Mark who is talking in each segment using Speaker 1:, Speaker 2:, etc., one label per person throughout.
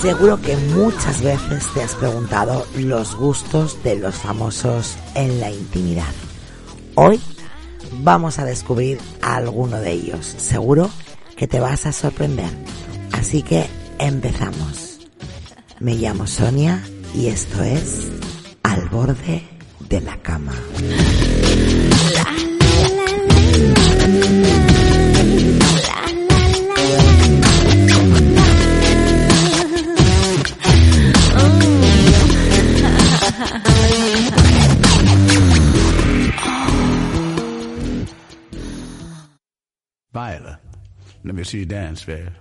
Speaker 1: Seguro que muchas veces te has preguntado los gustos de los famosos en la intimidad. Hoy vamos a descubrir alguno de ellos. Seguro que te vas a sorprender. Así que empezamos. Me llamo Sonia y esto es Al borde de la cama.
Speaker 2: Viola, let me see you dance, Viola.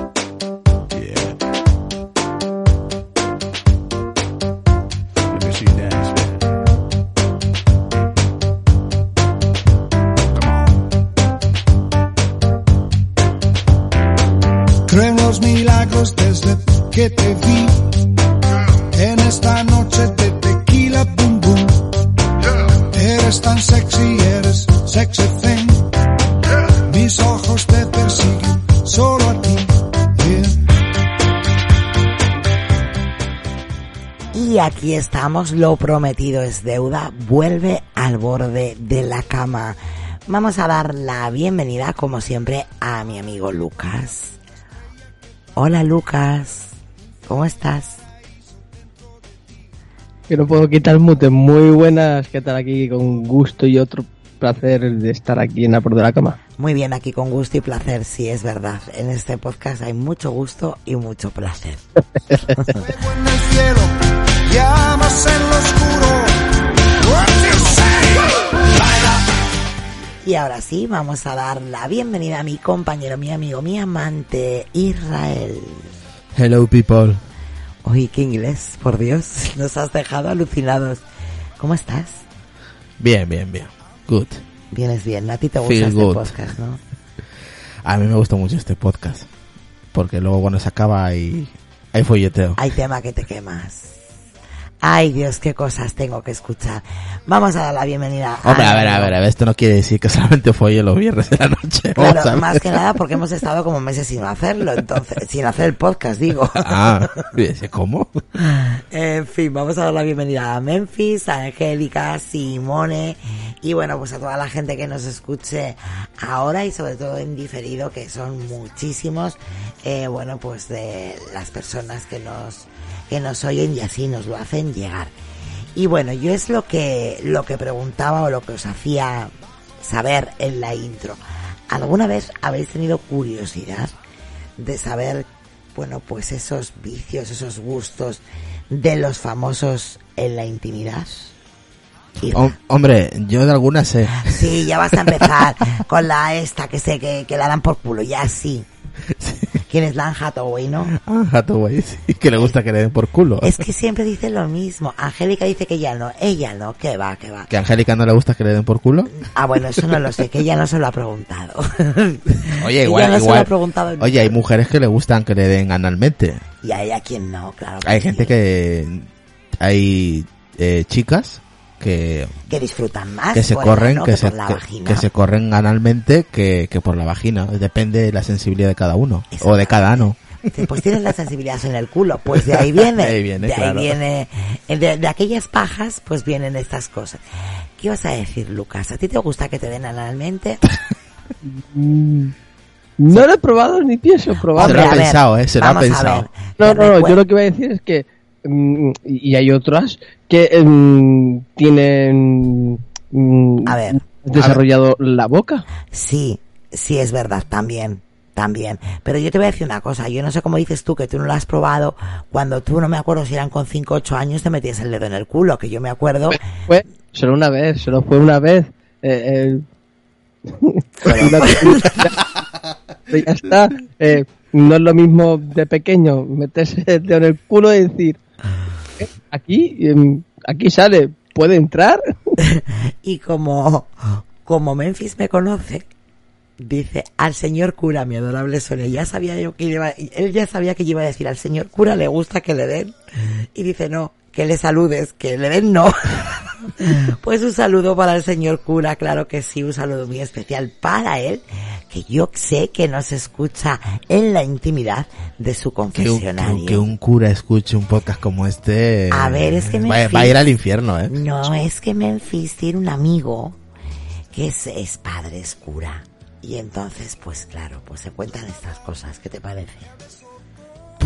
Speaker 2: Yeah. Let me see you dance, Viola.
Speaker 3: Creo en los milagros desde que te vi. En esta noche de tequila, boom, boom. Eres tan sexy, eres sexy thing. Mis ojos te persiguen solo a ti. yeah.
Speaker 1: Y aquí estamos, lo prometido es deuda, vuelve al borde de la cama. Vamos a dar la bienvenida, como siempre, a mi amigo Lucas. Hola Lucas, ¿cómo estás?
Speaker 4: Que no puedo quitar mute. Muy buenas, ¿qué tal aquí? Con gusto y otro placer de estar aquí en la por de la cama.
Speaker 1: Muy bien, aquí con gusto y placer, sí, es verdad. En este podcast hay mucho gusto y mucho placer.
Speaker 3: Fuego en el cielo, llamas en lo oscuro. What you say?
Speaker 1: Y ahora sí, vamos a dar la bienvenida a mi compañero, mi amigo, mi amante, Israel.
Speaker 5: Hello people.
Speaker 1: Oye, qué inglés, por Dios, nos has dejado alucinados. ¿Cómo estás?
Speaker 5: Bien, bien, bien. Good.
Speaker 1: Vienes bien, a ti te gusta
Speaker 5: Feel
Speaker 1: este
Speaker 5: good.
Speaker 1: podcast, ¿no?
Speaker 5: A mí me gusta mucho este podcast. Porque luego cuando se acaba hay, hay folleteo.
Speaker 1: Hay tema que te quemas. Ay, Dios, qué cosas tengo que escuchar. Vamos a dar la bienvenida.
Speaker 5: Hombre,
Speaker 1: al-
Speaker 5: a ver, a ver, a ver. Esto no quiere decir que solamente folle los viernes de la noche. Vamos a
Speaker 1: Claro,
Speaker 5: ver.
Speaker 1: más que nada porque hemos estado como meses sin hacerlo, entonces, sin hacer el podcast, digo.
Speaker 5: Ah, y decía, ¿cómo?
Speaker 1: En fin, vamos a dar la bienvenida a Memphis, a Angélica, Simone y bueno, pues a toda la gente que nos escuche ahora y sobre todo en diferido, que son muchísimos, eh, bueno, pues de las personas que nos, que nos oyen y así nos lo hacen llegar. Y bueno, yo es lo que, lo que preguntaba o lo que os hacía saber en la intro. ¿Alguna vez habéis tenido curiosidad de saber, bueno, pues esos vicios, esos gustos de los famosos en la intimidad? Y-
Speaker 5: Hom- hombre, yo de algunas sé.
Speaker 1: Sí, ya vas a empezar con la esta que sé que, que la dan por culo, ya sí. ¿Quién es Lan Hathaway, no?
Speaker 5: Ah, Hathaway, sí, que le gusta que le den por culo.
Speaker 1: Es que siempre dicen lo mismo. Angélica dice que ella no, ella no, que va, que va.
Speaker 5: Que a Angélica no le gusta que le den por culo.
Speaker 1: Ah, bueno, eso no lo sé, que ella no se lo ha preguntado.
Speaker 5: Oye,
Speaker 1: Ella
Speaker 5: igual,
Speaker 1: no se lo ha
Speaker 5: igual.
Speaker 1: preguntado nunca.
Speaker 5: Oye, hay mujeres que le gustan que le den analmente.
Speaker 1: Y a ella quien no, claro.
Speaker 5: Hay
Speaker 1: sí,
Speaker 5: gente que... Hay eh, chicas que
Speaker 1: que disfrutan más.
Speaker 5: que se
Speaker 1: por
Speaker 5: corren
Speaker 1: el ano
Speaker 5: que, se
Speaker 1: por la
Speaker 5: que-
Speaker 1: vagina.
Speaker 5: que se corren analmente que, que por la vagina depende de la sensibilidad de cada uno o de cada ano
Speaker 1: Dice, Pues tienes la sensibilidad en el culo. Pues de ahí viene.
Speaker 5: De ahí viene,
Speaker 1: de
Speaker 5: claro.
Speaker 1: viene- eh, de- de aquellas pajas, pues vienen estas cosas. ¿Qué ibas a decir, Lucas? ¿A ti te gusta que te den analmente?
Speaker 4: No lo he probado ni
Speaker 1: Ah,
Speaker 4: pienso probarlo.
Speaker 5: Hombre,
Speaker 1: a ver,
Speaker 5: pensado, ¿eh? Se lo ha
Speaker 1: vamos a
Speaker 5: pensado.
Speaker 1: ver.
Speaker 4: No,
Speaker 1: Te
Speaker 4: no, no,
Speaker 1: recuer-
Speaker 4: yo lo que iba a decir es que. mm, y y hay otras que mm, tienen. mm,
Speaker 1: A ver.
Speaker 4: Desarrollado la boca.
Speaker 1: Sí, sí es verdad, también, también. Pero yo te voy a decir una cosa, yo no sé cómo dices tú que tú no lo has probado, cuando tú, no me acuerdo si eran con 5 o 8 años, te metías el dedo en el culo, que yo me acuerdo,
Speaker 4: Fue solo una vez, solo fue una vez. eh, eh, una vez, ya, ya está. eh, no es lo mismo de pequeño meterse el dedo en el culo y decir: "Eh, aquí, em, aquí sale, puede entrar.
Speaker 1: y como, como Memphis me conoce, dice, al señor cura, mi adorable Sonia, ya sabía yo que iba, él ya sabía que yo iba a decir, al señor cura le gusta que le den, y dice, no, que le saludes, que le den no. Pues un saludo para el señor cura, claro que sí, un saludo muy especial para él, que yo sé que nos escucha en la intimidad de su
Speaker 5: Que un, que
Speaker 1: confesionario.
Speaker 5: un- que un cura escuche un podcast como este.
Speaker 1: A ver, es que me Mm.
Speaker 5: va,
Speaker 1: fui.
Speaker 5: va a ir al infierno, ¿eh?
Speaker 1: No, es que Memphis tiene un amigo que es, es padre, es cura. Y entonces, pues claro, pues se cuentan estas cosas, ¿qué te parece?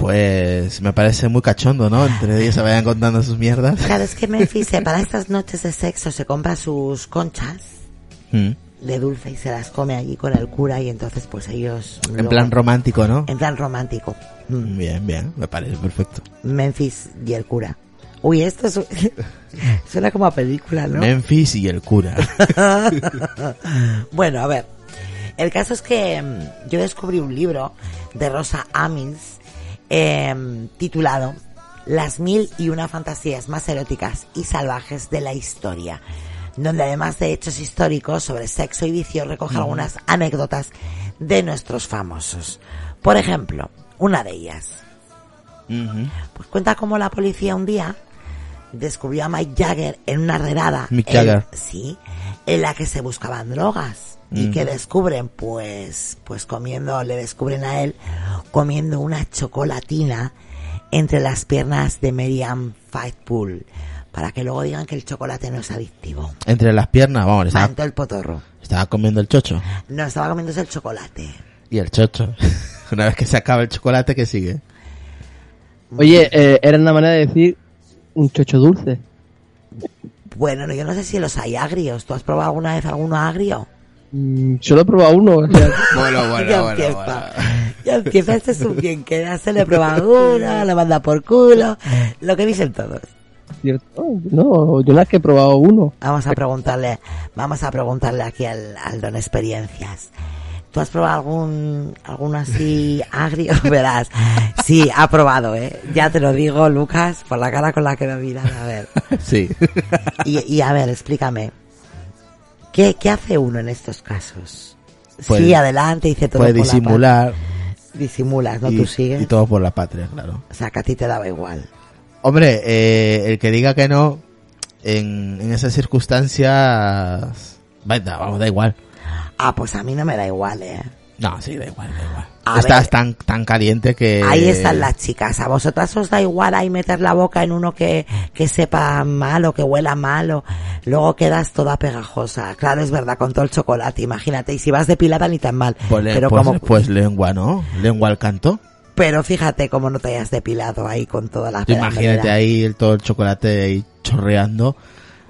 Speaker 5: Pues me parece muy cachondo, ¿no? Entre ellos se vayan contando sus mierdas.
Speaker 1: Claro, es que Memphis se- para estas noches de sexo se compra sus conchas
Speaker 5: Mm.
Speaker 1: de dulce y se las come allí con el cura y entonces pues ellos...
Speaker 5: En
Speaker 1: luego-
Speaker 5: plan romántico, ¿no?
Speaker 1: En plan romántico. Em, Mm.
Speaker 5: Bien, bien, me parece perfecto.
Speaker 1: Memphis y el cura. Uy, esto su- suena como a película, ¿no?
Speaker 5: Memphis y el cura.
Speaker 1: Bueno, a ver. El caso es que mm, yo descubrí un libro de Rosa Amins em, titulado Las mil y una fantasías más eróticas y salvajes de la historia, donde además de hechos históricos sobre sexo y vicio recoge algunas anécdotas de nuestros famosos. Por ejemplo, una de ellas,
Speaker 5: Ujú.
Speaker 1: pues cuenta cómo la policía un día descubrió a Mike Jagger en una redada.
Speaker 5: Mick
Speaker 1: en-
Speaker 5: Jagger.
Speaker 1: sí, en la que se buscaban drogas.
Speaker 5: Mm.
Speaker 1: Y que descubren, pues, pues comiendo, le descubren a él comiendo una chocolatina entre las piernas de Miriam Fightpool. Para que luego digan que el chocolate no es adictivo.
Speaker 5: Entre las piernas, vamos, le estaba,
Speaker 1: Tanto el potorro.
Speaker 5: estaba comiendo el chocho.
Speaker 1: No, estaba comiéndose el chocolate.
Speaker 5: Y el chocho. Una vez que se acaba el chocolate, ¿qué sigue?
Speaker 4: Oye, eh, era una manera de decir un chocho dulce.
Speaker 1: Bueno, no, yo no sé si los hay agrios. ¿Tú has probado alguna vez alguno agrio?
Speaker 4: Mm, Solo he probado uno. o sea,
Speaker 5: Bueno,
Speaker 1: ya empieza. Ya empieza este sub bien que hace le prueba uno, lo manda por culo, lo que dicen todos.
Speaker 4: cierto. No, yo las que he probado uno.
Speaker 1: Vamos a preguntarle, vamos a preguntarle aquí al, al don experiencias. ¿Tú has probado algún, algún así agrio? Verás. Sí, ha probado, eh. Ya te lo digo, Lucas, por la cara con la que me miras, a ver.
Speaker 5: Sí.
Speaker 1: Y, y a ver, explícame. ¿Qué, qué hace uno en estos casos? sí,
Speaker 5: Puede-
Speaker 1: adelante, dice todo.
Speaker 5: Pues Puede
Speaker 1: por la paz.
Speaker 5: disimular.
Speaker 1: Disimulas, ¿no?
Speaker 5: y,
Speaker 1: Tú sigues.
Speaker 5: y todo por la patria, claro.
Speaker 1: O sea, que a ti te daba igual.
Speaker 5: Hombre, eh, el que diga que no, en, en esas circunstancias. va- da- Vamos, da igual.
Speaker 1: Ah, pues a mí no me da igual, ¿eh?
Speaker 5: No, sí, da igual, da igual.
Speaker 1: A
Speaker 5: Estás
Speaker 1: ver.
Speaker 5: tan tan caliente que.
Speaker 1: Ahí están las chicas. ¿A vosotras os da igual ahí meter la boca en uno que, que sepa mal o que huela mal o luego quedas toda pegajosa? Claro, es verdad, con todo el chocolate, imagínate. Y si vas depilada ni tan mal.
Speaker 5: Pues, le-
Speaker 1: pero,
Speaker 5: pues-
Speaker 1: como,
Speaker 5: pues lengua, ¿no? Lengua al canto.
Speaker 1: pero fíjate cómo no te hayas depilado ahí con todas las
Speaker 5: Tú Imagínate ahí el, todo el chocolate ahí chorreando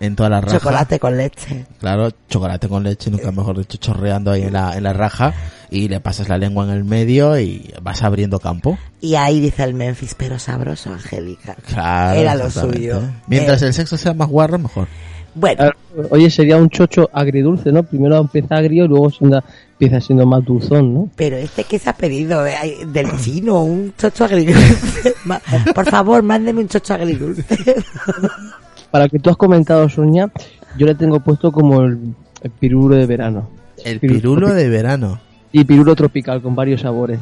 Speaker 5: en toda la raja.
Speaker 1: Chocolate con leche.
Speaker 5: Claro, chocolate con leche,
Speaker 1: Eh.
Speaker 5: nunca mejor dicho, chorreando ahí en la, en la raja y le pasas la lengua en el medio y vas abriendo campo.
Speaker 1: Y ahí dice el Memphis, pero sabroso, Angélica.
Speaker 5: Claro.
Speaker 1: Era lo
Speaker 5: exactamente.
Speaker 1: suyo.
Speaker 5: Mientras
Speaker 1: Eh,
Speaker 5: el sexo sea más guarro, mejor.
Speaker 1: Bueno,
Speaker 4: A ver, Oye, sería un chocho agridulce, ¿no? Primero empieza agrio y luego se anda- empieza siendo más dulzón, ¿no?
Speaker 1: Pero este que se ha pedido eh, ay, del chino, un chocho agridulce. Ma- Por favor, mándeme un chocho agridulce.
Speaker 4: Para lo que tú has comentado, Sonia, yo le tengo puesto como el, el pirulo de verano.
Speaker 5: El pirulo de verano.
Speaker 4: Y pirulo tropical con varios sabores.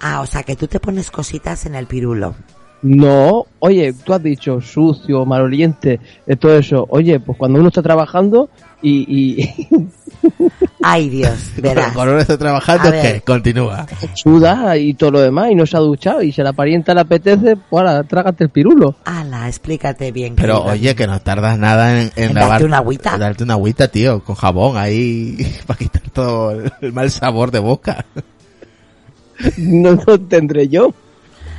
Speaker 1: Ah, o sea que tú te pones cositas en el pirulo.
Speaker 4: No, oye, tú has dicho sucio, maloliente, eh, todo eso. Oye, pues cuando uno está trabajando y, y
Speaker 1: Ay, Dios, verás.
Speaker 5: Con uno está
Speaker 1: A
Speaker 5: trabajando,
Speaker 1: ver.
Speaker 5: ¿qué? Continúa.
Speaker 4: Suda y todo lo demás y no se ha duchado y si la parienta le apetece, pues ahora trágate el pirulo.
Speaker 1: Ala, explícate bien.
Speaker 5: Pero
Speaker 1: querido.
Speaker 5: oye, que no tardas nada en,
Speaker 1: En
Speaker 5: en
Speaker 1: darte
Speaker 5: lavar-
Speaker 1: una agüita.
Speaker 5: en Darte una agüita, tío, con jabón ahí para quitar todo el- el mal sabor de boca.
Speaker 4: No lo tendré yo.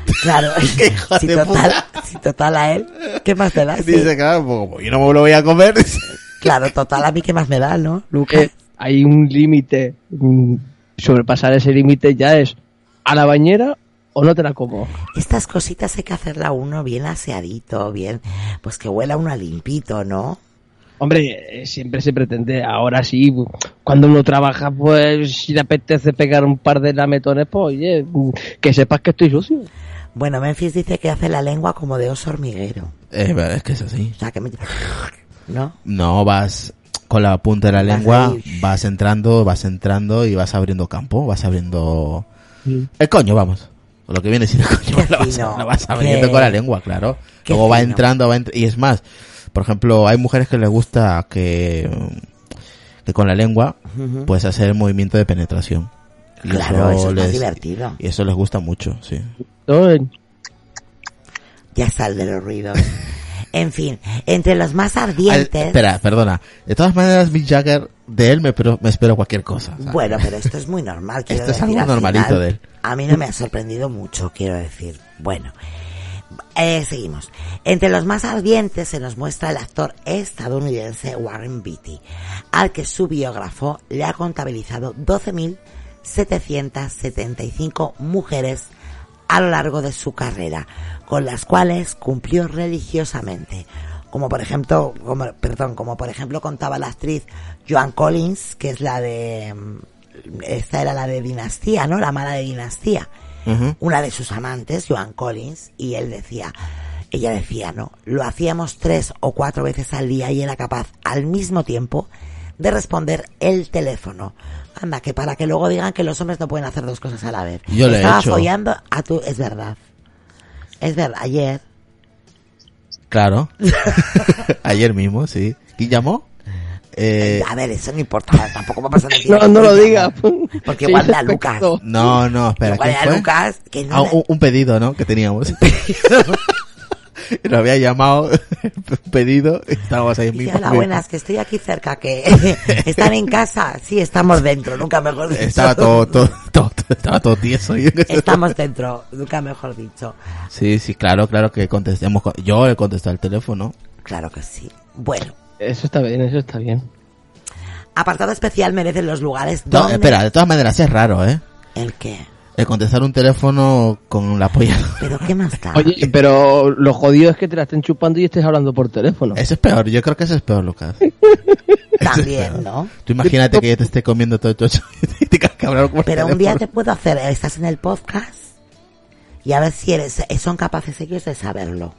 Speaker 1: Claro,
Speaker 5: hijo
Speaker 1: si,
Speaker 5: de
Speaker 1: total,
Speaker 5: puta.
Speaker 1: si total a él, ¿qué más te da? Ah, Sí.
Speaker 5: Dice, claro, pues, como yo no me lo voy a comer. dice,
Speaker 1: Claro, total a mí, ¿qué más me da, no, Lucas?
Speaker 4: Eh, hay un límite. Mm, Sobrepasar ese límite ya es a la bañera o no te la como.
Speaker 1: Estas cositas hay que hacerla uno bien aseadito, bien, pues que huela uno a limpito, ¿no?
Speaker 4: Hombre, eh, siempre se pretende, ahora sí, bu- cuando uno trabaja, pues si le apetece pegar un par de lametones, pues oye, mm, que sepas que estoy sucio.
Speaker 1: Bueno, Memphis dice que hace la lengua como de oso hormiguero.
Speaker 5: Eh, pero es que es así.
Speaker 1: O sea, que me... ¿No?
Speaker 5: No, vas con la punta de la
Speaker 1: Vas
Speaker 5: lengua,
Speaker 1: ahí.
Speaker 5: vas entrando, vas entrando y vas abriendo campo, vas abriendo... El coño, vamos. O Lo que viene siendo el coño,
Speaker 1: Mm. Qué
Speaker 5: lo vas,
Speaker 1: fino.
Speaker 5: lo vas
Speaker 1: Qué-
Speaker 5: abriendo con la lengua, claro.
Speaker 1: qué
Speaker 5: Luego va
Speaker 1: fino.
Speaker 5: entrando, va entrando. Y es más, por ejemplo, hay mujeres que les gusta que, mm, que con la lengua
Speaker 1: Ujú.
Speaker 5: puedes hacer el movimiento de penetración. Y
Speaker 1: Claro, eso es más
Speaker 5: les-
Speaker 1: divertido.
Speaker 5: Y eso les gusta mucho, sí.
Speaker 4: No, eh,
Speaker 1: Ya sal de los ruidos. En fin, entre los más
Speaker 5: Al-
Speaker 1: ardientes...
Speaker 5: espera, perdona. De todas maneras, Mick Jagger, de él me, pero, me espero cualquier cosa. ¿sabes?
Speaker 1: Bueno, pero esto es muy normal. quiero
Speaker 5: Esto es
Speaker 1: decir,
Speaker 5: algo
Speaker 1: al
Speaker 5: normalito
Speaker 1: final,
Speaker 5: de él.
Speaker 1: A mí no me ha sorprendido mucho, quiero decir. Bueno, eh, seguimos. Entre los más ardientes se nos muestra el actor estadounidense Warren Beatty, al que su biógrafo le ha contabilizado 12.775 mujeres a lo largo de su carrera, con las cuales cumplió religiosamente. Como por ejemplo, como, perdón, como por ejemplo contaba la actriz Joan Collins, que es la de, mm, esta era la de Dinastía, ¿no? La mala de Dinastía
Speaker 5: Ujú.
Speaker 1: una de sus amantes, Joan Collins, y él decía, ella decía, no, lo hacíamos tres o cuatro veces al día y era capaz al mismo tiempo de responder el teléfono. Anda, que para que luego digan que los hombres no pueden hacer dos cosas a la vez.
Speaker 5: Yo le he
Speaker 1: Estaba
Speaker 5: hecho.
Speaker 1: follando a tu, es verdad. Es verdad, ayer.
Speaker 5: Claro. Ayer mismo, sí. ¿Quién llamó? Eh,
Speaker 1: a ver, eso no importa, tampoco vamos a decir.
Speaker 4: no, no lo digas.
Speaker 1: Porque igual
Speaker 4: Sí,
Speaker 1: da Lucas.
Speaker 4: perfecto.
Speaker 5: no, no, espera.
Speaker 1: Igual
Speaker 5: ¿Quién
Speaker 1: da
Speaker 5: fue?
Speaker 1: Lucas, que no
Speaker 5: Ah,
Speaker 1: la-
Speaker 5: un, un pedido, ¿no? Que teníamos. Lo había llamado pedido. Estábamos ahí
Speaker 1: Dice,
Speaker 5: mismo.
Speaker 1: hola, buenas, que estoy aquí cerca, que están en casa. Sí, estamos dentro, nunca mejor dicho.
Speaker 5: Estaba todo, todo, todo, estaba todo tieso. y-
Speaker 1: Estamos dentro, nunca mejor dicho.
Speaker 5: Sí, sí, claro, claro que contestemos. con- Yo he contestado el teléfono.
Speaker 1: Claro que sí. Bueno,
Speaker 4: Eso está bien, eso está bien.
Speaker 1: apartado especial merecen los lugares
Speaker 5: No,
Speaker 1: donde...
Speaker 5: espera, de todas maneras es raro, ¿eh?
Speaker 1: ¿El qué?
Speaker 5: El contestar un teléfono con la polla.
Speaker 1: ¿Pero qué más da?
Speaker 4: Oye, pero lo jodido es que te la estén chupando y estés hablando por teléfono.
Speaker 5: Eso es peor, yo creo que eso es peor, Lucas.
Speaker 1: También, ¿no?
Speaker 5: Tú imagínate que yo te esté comiendo todo el chocho y te tengas que hablar por
Speaker 1: Pero un día te
Speaker 5: teléfono.
Speaker 1: puedo hacer, eh, estás en el podcast y a ver si eres, eh, son capaces ellos de saberlo.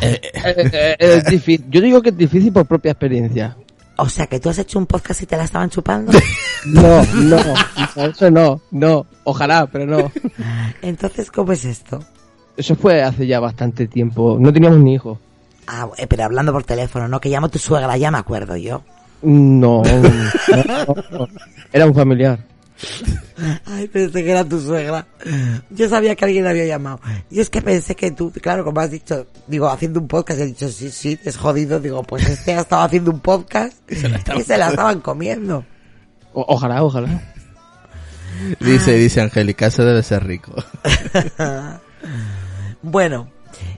Speaker 5: Eh, eh,
Speaker 4: Eh, eh, es difícil. Yo digo que es difícil por propia experiencia.
Speaker 1: O sea, que tú has hecho un podcast y te la estaban chupando.
Speaker 4: No, no, eso no, no. Ojalá, pero no.
Speaker 1: Entonces, ¿cómo es esto?
Speaker 4: Eso fue hace ya bastante tiempo. No teníamos ni hijo.
Speaker 1: Ah, eh, pero hablando por teléfono, ¿no? Que llamo a tu suegra, ya me acuerdo yo.
Speaker 4: No, no, no. Era un familiar.
Speaker 1: Ay, pensé que era tu suegra. Yo sabía que alguien la había llamado. Y es que pensé que tú, claro, como has dicho, digo, haciendo un podcast, he dicho, sí, sí, es jodido. Digo, pues este ha estado haciendo un podcast y se la estaban, comiendo.
Speaker 4: O- ojalá, ojalá.
Speaker 5: dice, dice Angélica, eso debe ser rico.
Speaker 1: Bueno,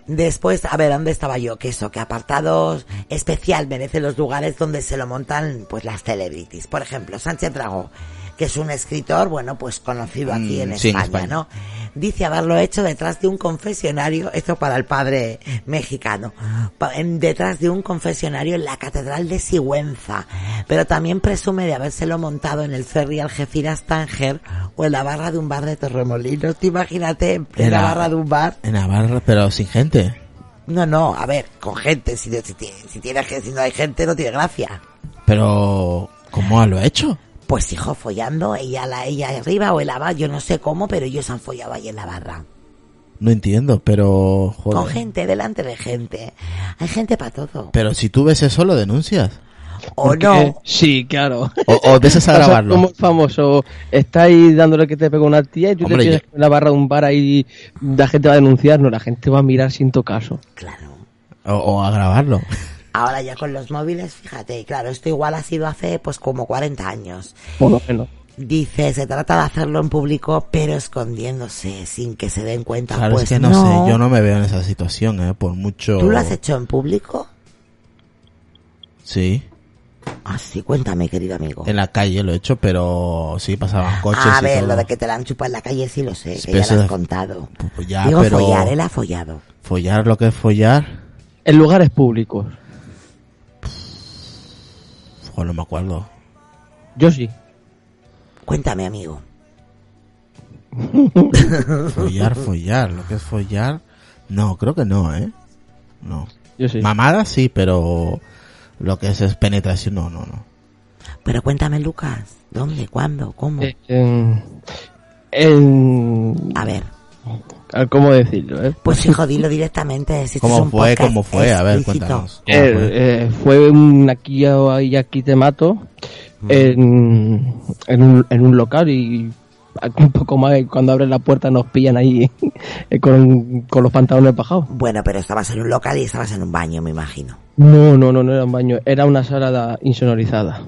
Speaker 1: después, a ver, ¿dónde estaba yo? Que eso, que apartados especial merecen los lugares donde se lo montan, pues, las celebrities. Por ejemplo, Sánchez Dragó, que es un escritor, bueno, pues conocido aquí
Speaker 5: Mm,
Speaker 1: en,
Speaker 5: sí, en
Speaker 1: España,
Speaker 5: España.
Speaker 1: ¿no? Dice haberlo hecho detrás de un confesionario, esto para el padre mexicano, pa- en- detrás de un confesionario en la Catedral de Sigüenza, pero también presume de habérselo montado en el ferry Algeciras-Tánger o en la barra de un bar de Torremolinos. Te imagínate, en plena
Speaker 5: Era-
Speaker 1: barra de un bar.
Speaker 5: En Navarra, pero sin gente.
Speaker 1: No, no, a ver, con gente, si, si, si tienes que- si no hay gente no tiene gracia.
Speaker 5: Pero, ¿cómo lo ha hecho?
Speaker 1: Pues hijo, follando, ella la ella arriba o el abajo, yo no sé cómo, pero ellos han follado ahí en la barra.
Speaker 5: No entiendo, pero... joder.
Speaker 1: Con gente, delante de gente. Hay gente para todo.
Speaker 5: Pero si tú ves eso, lo denuncias.
Speaker 1: O
Speaker 4: Porque-
Speaker 1: no.
Speaker 4: Sí, claro.
Speaker 5: O, o deseas
Speaker 4: Pasa
Speaker 5: grabarlo.
Speaker 4: Como el famoso, está ahí dándole que te pega una tía y tú
Speaker 5: Hombre,
Speaker 4: le tienes
Speaker 5: yo-
Speaker 4: en la barra de un bar ahí y la gente va a denunciar, no, la gente va a mirar sin tocaso.
Speaker 1: Claro.
Speaker 5: O, o a grabarlo.
Speaker 1: Ahora ya con los móviles, fíjate, y claro, esto igual ha sido hace pues como 40 años.
Speaker 4: Por lo menos.
Speaker 1: Dice, se trata de hacerlo en público, pero escondiéndose, sin que se den cuenta.
Speaker 5: Claro,
Speaker 1: pues
Speaker 5: es que no, sé, yo no me veo en esa situación, ¿eh? Por mucho...
Speaker 1: ¿Tú lo has hecho en público?
Speaker 5: Sí,
Speaker 1: Así, Ah, cuéntame, querido amigo.
Speaker 5: en la calle lo he hecho, pero sí pasaban coches
Speaker 1: a
Speaker 5: y
Speaker 1: ver,
Speaker 5: todo.
Speaker 1: Ah, lo de que te la han chupado en la calle sí lo sé, que
Speaker 5: Pero
Speaker 1: ya
Speaker 5: eso
Speaker 1: lo has
Speaker 5: de-
Speaker 1: contado.
Speaker 5: Pues ya,
Speaker 1: Digo,
Speaker 5: pero-
Speaker 1: follar, él ha follado.
Speaker 5: Follar lo que es follar,
Speaker 4: En lugares públicos.
Speaker 5: jo, no me acuerdo.
Speaker 4: Yo sí.
Speaker 1: Cuéntame, amigo.
Speaker 5: Follar, follar, lo que es follar... No, creo que no, ¿eh? No.
Speaker 4: Yo sí.
Speaker 5: Mamada sí, pero lo que es, es penetración, no, no, no.
Speaker 1: Pero cuéntame, Lucas, ¿dónde, cuándo, cómo?
Speaker 4: Eh, en- en-
Speaker 1: A ver,
Speaker 4: a ver, ¿Cómo decirlo? eh?
Speaker 1: pues hijo, dilo directamente. Si esto este es
Speaker 5: ¿Cómo
Speaker 1: un
Speaker 5: fue?
Speaker 1: podcast
Speaker 5: ¿Cómo fue? A ver,
Speaker 1: explícito.
Speaker 5: cuéntanos. ¿Cómo
Speaker 4: Eh,
Speaker 5: fue?
Speaker 4: eh, fue un aquí o ahí, aquí te mato en, en, un, en un local y aquí un poco más cuando abren la puerta nos pillan ahí eh, con, con los pantalones bajados.
Speaker 1: Bueno, pero estabas en un local y estabas en un baño, me imagino.
Speaker 4: No, no, no, no era un baño, era una sala da- insonorizada.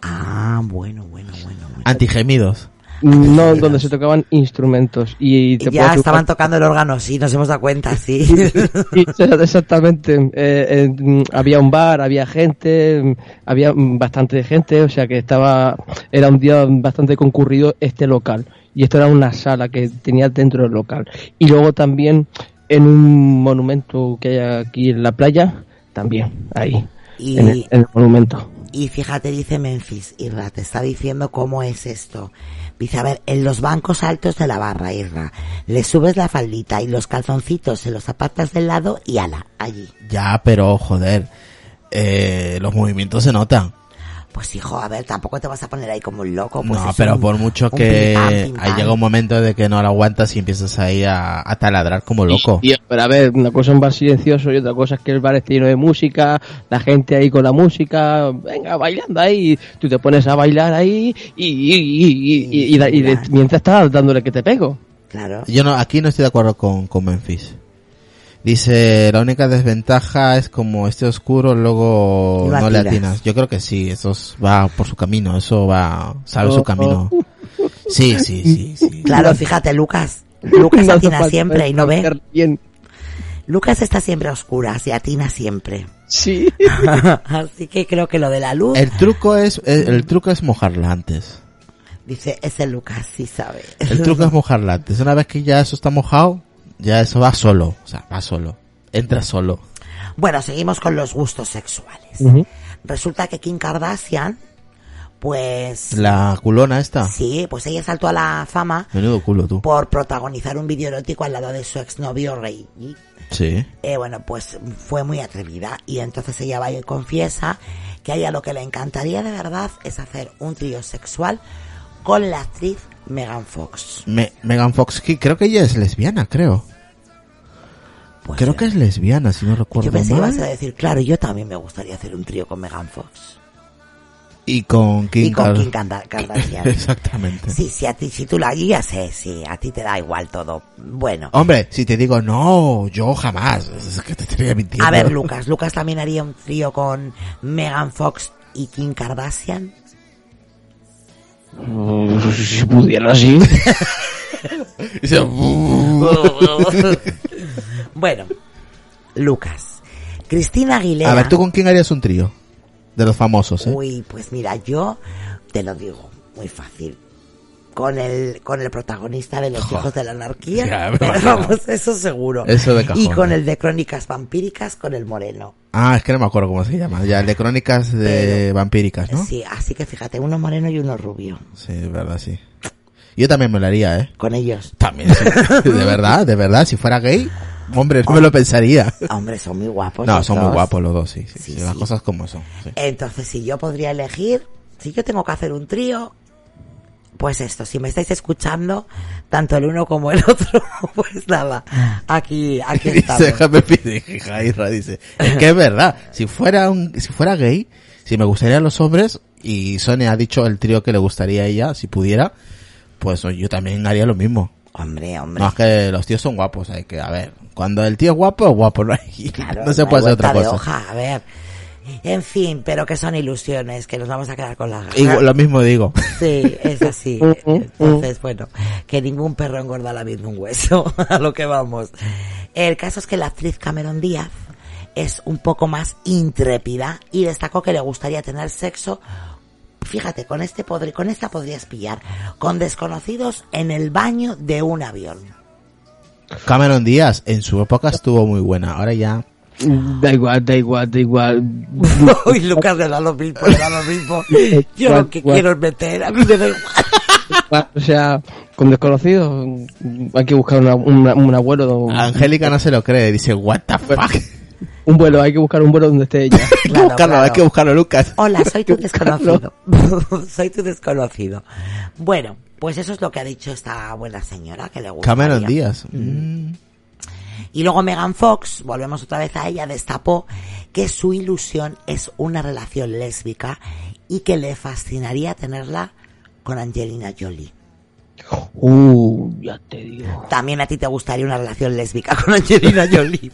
Speaker 1: Ah, bueno, bueno, bueno. bueno.
Speaker 5: Ah, Antigemidos.
Speaker 4: No, donde se tocaban instrumentos y te
Speaker 1: Ah, ya
Speaker 4: puedes
Speaker 1: estaban tocando el órgano, sí, nos hemos dado cuenta, sí.
Speaker 4: Sí, exactamente. Eh, eh, había un bar, había gente, había mm, bastante gente, o sea que estaba, era un día bastante concurrido este local. Y esto era una sala que tenía dentro del local. Y luego también en un monumento que hay aquí en la playa, también, ahí,
Speaker 1: Y-
Speaker 4: en, el, en el monumento.
Speaker 1: Y fíjate, dice Memphis, Irra, te está diciendo cómo es esto. Dice, a ver, en los bancos altos de la barra, Irra, le subes la faldita y los calzoncitos se los apartas del lado y ala, allí.
Speaker 5: Ya, pero joder, eh, los movimientos se notan.
Speaker 1: Pues hijo, a ver, tampoco te vas a poner ahí como un loco. Pues
Speaker 5: No,
Speaker 1: es
Speaker 5: pero
Speaker 1: un-
Speaker 5: por mucho
Speaker 1: un ah,
Speaker 5: que
Speaker 1: pim, pam, pim,
Speaker 5: ahí
Speaker 1: pam.
Speaker 5: llega un momento de que no lo aguantas y empiezas ahí a, a taladrar como loco.
Speaker 4: Y- y- pero a ver, una cosa es un bar silencioso y otra cosa es que el bar esté lleno de música, la gente ahí con la música, venga, bailando ahí, tú te pones a bailar ahí y, y, y- y- y- y- y- y- mientras estás dándole que te pego.
Speaker 1: Claro.
Speaker 5: Yo no, aquí no estoy de acuerdo con, con Memphis. Dice, la única desventaja es como este oscuro, luego
Speaker 1: No
Speaker 5: no le
Speaker 1: atinas.
Speaker 5: atinas. Yo creo que sí, eso es- va por su camino, eso va, sabe su
Speaker 4: Oh.
Speaker 5: camino. Sí, sí, sí, sí.
Speaker 1: Claro, fíjate, Lucas. Lucas
Speaker 4: No hace
Speaker 1: atina
Speaker 4: falta
Speaker 1: siempre y no ve.
Speaker 4: estar Bien.
Speaker 1: Lucas está siempre a oscuras y atina siempre.
Speaker 4: Sí.
Speaker 1: Así que creo que lo de la luz,
Speaker 5: El truco es, el, el truco es mojarla antes.
Speaker 1: dice, ese Lucas sí sabe.
Speaker 5: El truco es mojarla antes. Una vez que ya eso está mojado, ya eso va solo. O sea, va solo. Entra solo.
Speaker 1: Bueno, seguimos con los gustos sexuales.
Speaker 4: Ujú.
Speaker 1: Resulta que Kim Kardashian, pues
Speaker 5: La culona esta.
Speaker 1: sí, pues ella saltó a la fama
Speaker 5: Menudo culo tú.
Speaker 1: por protagonizar un video erótico al lado de su exnovio Reggie.
Speaker 5: Sí.
Speaker 1: Eh, bueno, pues fue muy atrevida y entonces ella va y confiesa que a ella lo que le encantaría de verdad es hacer un trío sexual con la actriz Megan Fox.
Speaker 5: Me- Megan Fox, que creo que ella es lesbiana, creo.
Speaker 1: Pues,
Speaker 5: Creo
Speaker 1: eh,
Speaker 5: que es lesbiana, si no recuerdo
Speaker 1: yo pensé que
Speaker 5: mal.
Speaker 1: ibas a decir, claro, yo también me gustaría hacer un trío con Megan Fox.
Speaker 5: Y con Kim,
Speaker 1: y con
Speaker 5: Kar-
Speaker 1: Kim Karda- Kardashian.
Speaker 5: Exactamente.
Speaker 1: Sí, sí, a ti, si tú la guías, eh, sí, a ti te da igual todo. Bueno,
Speaker 5: Hombre, si te digo no, yo jamás. Es que te estaría mintiendo.
Speaker 1: a ver, Lucas, Lucas también haría un trío con Megan Fox y Kim Kardashian.
Speaker 4: Mm, Si pudiera así.
Speaker 5: Dice, "Buh".
Speaker 1: bueno, Lucas, Cristina Aguilera.
Speaker 5: A ver, ¿tú con quién harías un trío? De los famosos, ¿eh?
Speaker 1: Uy, pues mira, yo te lo digo, muy fácil. Con el, con el protagonista de Los Hijos de la Anarquía.
Speaker 5: Ya, me
Speaker 1: pero
Speaker 5: imagino.
Speaker 1: vamos, eso seguro.
Speaker 5: Eso de cajón.
Speaker 1: Y con el de Crónicas Vampíricas, con el Moreno.
Speaker 5: Ah, es que no me acuerdo cómo se llama. Ya, el de crónicas de vampíricas, ¿no?
Speaker 1: Sí, así que fíjate, uno moreno y uno rubio.
Speaker 5: Sí, de verdad, sí. Yo también me lo haría, ¿eh?
Speaker 1: Con ellos.
Speaker 5: También, sí. De verdad, de verdad. Si fuera gay, hombre, no me lo pensaría.
Speaker 1: Hombre, son muy guapos.
Speaker 5: No,
Speaker 1: los
Speaker 5: son muy
Speaker 1: dos.
Speaker 5: guapos los dos, sí. sí,
Speaker 1: Sí,
Speaker 5: sí, Las
Speaker 1: sí.
Speaker 5: cosas como son. sí.
Speaker 1: Entonces, si yo podría elegir, si yo tengo que hacer un trío, pues esto, si me estáis escuchando, tanto el uno como el otro, pues nada, aquí, aquí
Speaker 5: Dice,
Speaker 1: estamos.
Speaker 5: déjame pedir, que Jaira dice, es que es verdad, si fuera un, si fuera gay, si me gustarían los hombres, y Sonia ha dicho el trío que le gustaría a ella, si pudiera, pues yo también haría lo mismo.
Speaker 1: Hombre, hombre.
Speaker 5: No, es que los tíos son guapos, hay que, a ver, cuando el tío es guapo, es guapo, no, hay-
Speaker 1: Claro,
Speaker 5: no se
Speaker 1: hay
Speaker 5: puede hacer otra
Speaker 1: vuelta de
Speaker 5: cosa.
Speaker 1: hoja, a ver. En fin, pero que son ilusiones, que nos vamos a quedar con las ganas.
Speaker 5: Igual- lo mismo digo.
Speaker 1: Sí, es así. Entonces, bueno, que ningún perro engorda a la vez de un hueso, a lo que vamos. El caso es que la actriz Cameron Díaz es un poco más intrépida y destacó que le gustaría tener sexo Fíjate, con este podri- con esta podrías pillar con desconocidos en el baño de un avión.
Speaker 5: Cameron Díaz, en su época estuvo muy buena, ahora ya,
Speaker 4: Da igual, da igual, da igual.
Speaker 1: Uy, Lucas, le da lo mismo, le da lo mismo. Yo lo que
Speaker 4: Guau,
Speaker 1: quiero es meter, a mí me da igual.
Speaker 4: O sea, con desconocidos mm, hay que buscar una- una- un abuelo. Un,
Speaker 5: Angélica no se lo cree, dice, what the fuck.
Speaker 4: un vuelo, hay que buscar un vuelo donde esté ella.
Speaker 5: Hay que
Speaker 1: Claro,
Speaker 5: buscarlo, hay
Speaker 1: claro.
Speaker 5: que buscarlo, Lucas.
Speaker 1: Hola, soy tu desconocido.
Speaker 4: Carlos.
Speaker 1: soy tu desconocido. Bueno, pues eso es lo que ha dicho esta buena señora que le gusta.
Speaker 5: Cameron Díaz. Mm.
Speaker 1: Y luego Megan Fox, volvemos otra vez a ella, destapó que su ilusión es una relación lésbica y que le fascinaría tenerla con Angelina Jolie.
Speaker 4: Uh, ya te digo.
Speaker 1: También a ti te gustaría una relación lésbica con Angelina Jolie.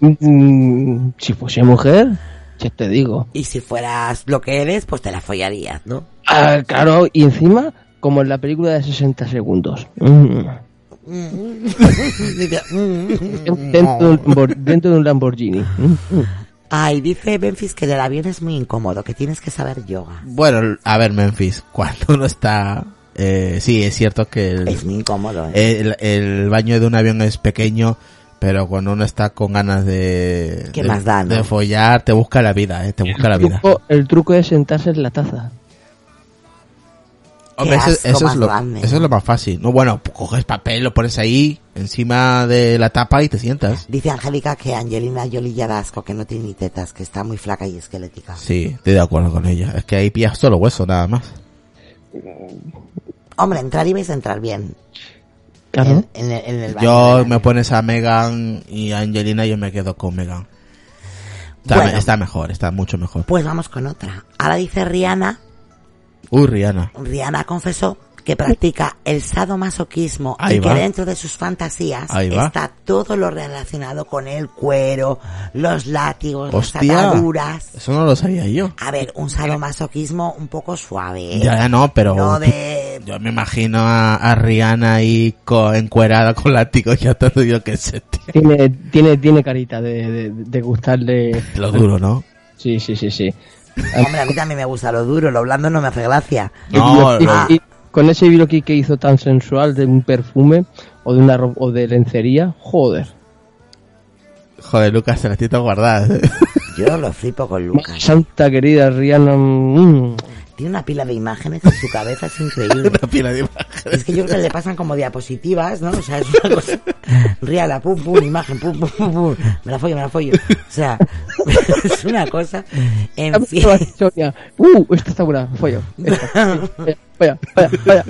Speaker 4: Mm, si fuese mujer, ya te digo.
Speaker 1: y si fueras lo que eres, pues te la follarías, ¿no?
Speaker 4: Ah, claro, y encima, como en la película de 60 segundos. Mm.
Speaker 1: Dice, "Mm".
Speaker 4: Dentro, de un, Lambor- dentro de un Lamborghini. Mm, mm.
Speaker 1: Ay, dice Benfis que del avión es muy incómodo, que tienes que saber yoga.
Speaker 5: Bueno, a ver, Memphis, cuando uno está... Eh, sí, es cierto que
Speaker 1: Es
Speaker 5: el,
Speaker 1: muy incómodo, ¿eh?
Speaker 5: el, el baño de un avión es pequeño, pero cuando uno está con ganas de...
Speaker 1: ¿Qué
Speaker 5: de-
Speaker 1: más da, no?
Speaker 5: De follar, te busca la vida, eh, te busca la
Speaker 4: El
Speaker 5: vida.
Speaker 4: truco, el truco es sentarse en la taza.
Speaker 5: Hombre,
Speaker 1: Qué
Speaker 5: eso,
Speaker 1: asco
Speaker 5: eso
Speaker 1: más
Speaker 5: es lo,
Speaker 1: grande.
Speaker 5: eso es lo más fácil. No, bueno, pues, coges papel, lo pones ahí, encima de la tapa y te sientas.
Speaker 1: Dice Angélica que Angelina Jolie ya da asco, que no tiene ni tetas, que está muy flaca y esquelética.
Speaker 5: Sí, estoy de acuerdo con ella. Es que ahí pillas solo hueso, nada más.
Speaker 1: Hombre, entrar y vais a entrar bien.
Speaker 4: Claro.
Speaker 1: En, en el- en el baño
Speaker 5: ¿Eh? Yo
Speaker 1: del
Speaker 5: me
Speaker 1: avión.
Speaker 5: pones a Megan y a Angelina, yo me quedo con Megan. Está,
Speaker 1: Bueno.
Speaker 5: está mejor, está mucho mejor.
Speaker 1: Pues vamos con otra. Ahora dice Rihanna,
Speaker 5: Uy, Rihanna.
Speaker 1: Rihanna confesó que practica el sadomasoquismo
Speaker 5: Ahí
Speaker 1: y que
Speaker 5: va.
Speaker 1: dentro de sus fantasías
Speaker 5: Ahí va.
Speaker 1: está todo lo relacionado con el cuero, los látigos, las
Speaker 5: Hostia.
Speaker 1: ataduras.
Speaker 5: Eso no lo sabía yo.
Speaker 1: A ver, un sadomasoquismo un poco suave. ¿eh?
Speaker 5: Ya, ya no, pero
Speaker 1: No de...
Speaker 5: yo me imagino a, a Rihanna ahí co- encuerada con látigo y atado, yo qué sé, tío.
Speaker 4: Tiene, tiene, tiene carita de, de- de gustarle.
Speaker 5: Lo duro, ¿no?
Speaker 4: Sí, sí, sí, sí.
Speaker 1: Hombre, a mí también me gusta lo duro, lo blando no me hace gracia.
Speaker 5: No,
Speaker 4: Y-
Speaker 5: lo-
Speaker 4: y- con ese videoclip que hizo tan sensual de un perfume o de una ro- o de lencería, joder.
Speaker 5: joder, Lucas, se las tienes guardadas. ¿eh?
Speaker 1: Yo lo flipo con Lucas.
Speaker 4: Santa querida Rihanna. mm.
Speaker 1: Tiene una pila de imágenes en su cabeza, es increíble.
Speaker 5: Una pila de imágenes.
Speaker 1: Es que yo creo que le pasan como diapositivas, ¿no? O sea, es una cosa... Riala, pum, pum, imagen, pum, pum, pum, pum. Me la follo, me la follo. O sea, es una cosa... En fin...
Speaker 4: Sonia, uh, esta está buena, follo. Vaya, vaya, vaya.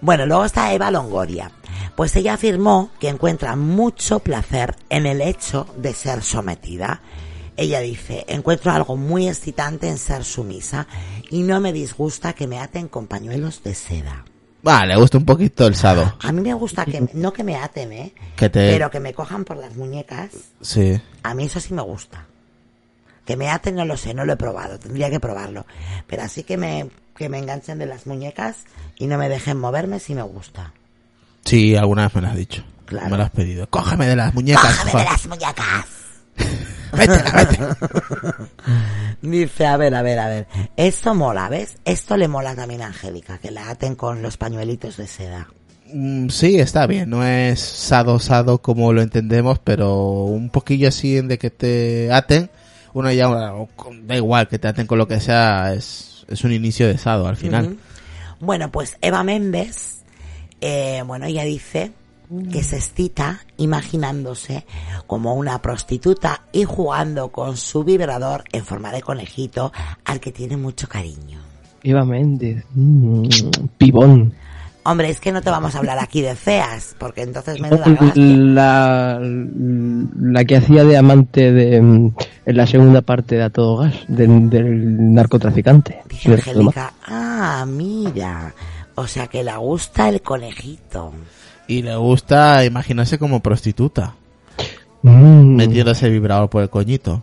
Speaker 1: Bueno, luego está Eva Longoria. Pues ella afirmó que encuentra mucho placer en el hecho de ser sometida. Ella dice, encuentro algo muy excitante en ser sumisa y no me disgusta que me aten con pañuelos de seda.
Speaker 5: Va, le gusta un poquito el sado.
Speaker 1: A mí me gusta que, no que me aten, ¿eh?
Speaker 5: Que te...
Speaker 1: Pero que me cojan por las muñecas,
Speaker 5: Sí.
Speaker 1: a mí eso sí me gusta. Que me aten no lo sé, no lo he probado, tendría que probarlo. Pero así que me, que me enganchen de las muñecas y no me dejen moverme sí me gusta.
Speaker 5: Sí, alguna vez me lo has dicho.
Speaker 1: Claro.
Speaker 5: Me lo has pedido. Cógeme de las muñecas.
Speaker 1: ¡Cójame de
Speaker 5: joder.
Speaker 1: las muñecas!
Speaker 5: Vete, vete.
Speaker 1: Dice, a ver, a ver, a ver. Esto mola, ¿ves? Esto le mola también a Angélica, que la aten con los pañuelitos de seda.
Speaker 5: Mm, Sí, está bien. No es sado, sado como lo entendemos, pero un poquillo así en de que te aten. Una ya, una- o con- da igual que te aten con lo que sea, es, es un inicio de sado al final.
Speaker 1: Bueno, pues Eva Méndez, eh, bueno, ella dice que se excita imaginándose como una prostituta y jugando con su vibrador en forma de conejito al que tiene mucho cariño.
Speaker 4: Eva Méndez. Mm, pibón.
Speaker 1: Hombre, es que no te vamos a hablar aquí de feas, porque entonces me
Speaker 4: La, la que hacía de amante de, mm, en la segunda parte de A Todo Gas, del, del narcotraficante.
Speaker 1: Dice Angélica, ah, mira. O sea que le gusta el conejito.
Speaker 5: Y le gusta imaginarse como prostituta,
Speaker 4: Mm,
Speaker 5: metiendo ese vibrador por el coñito,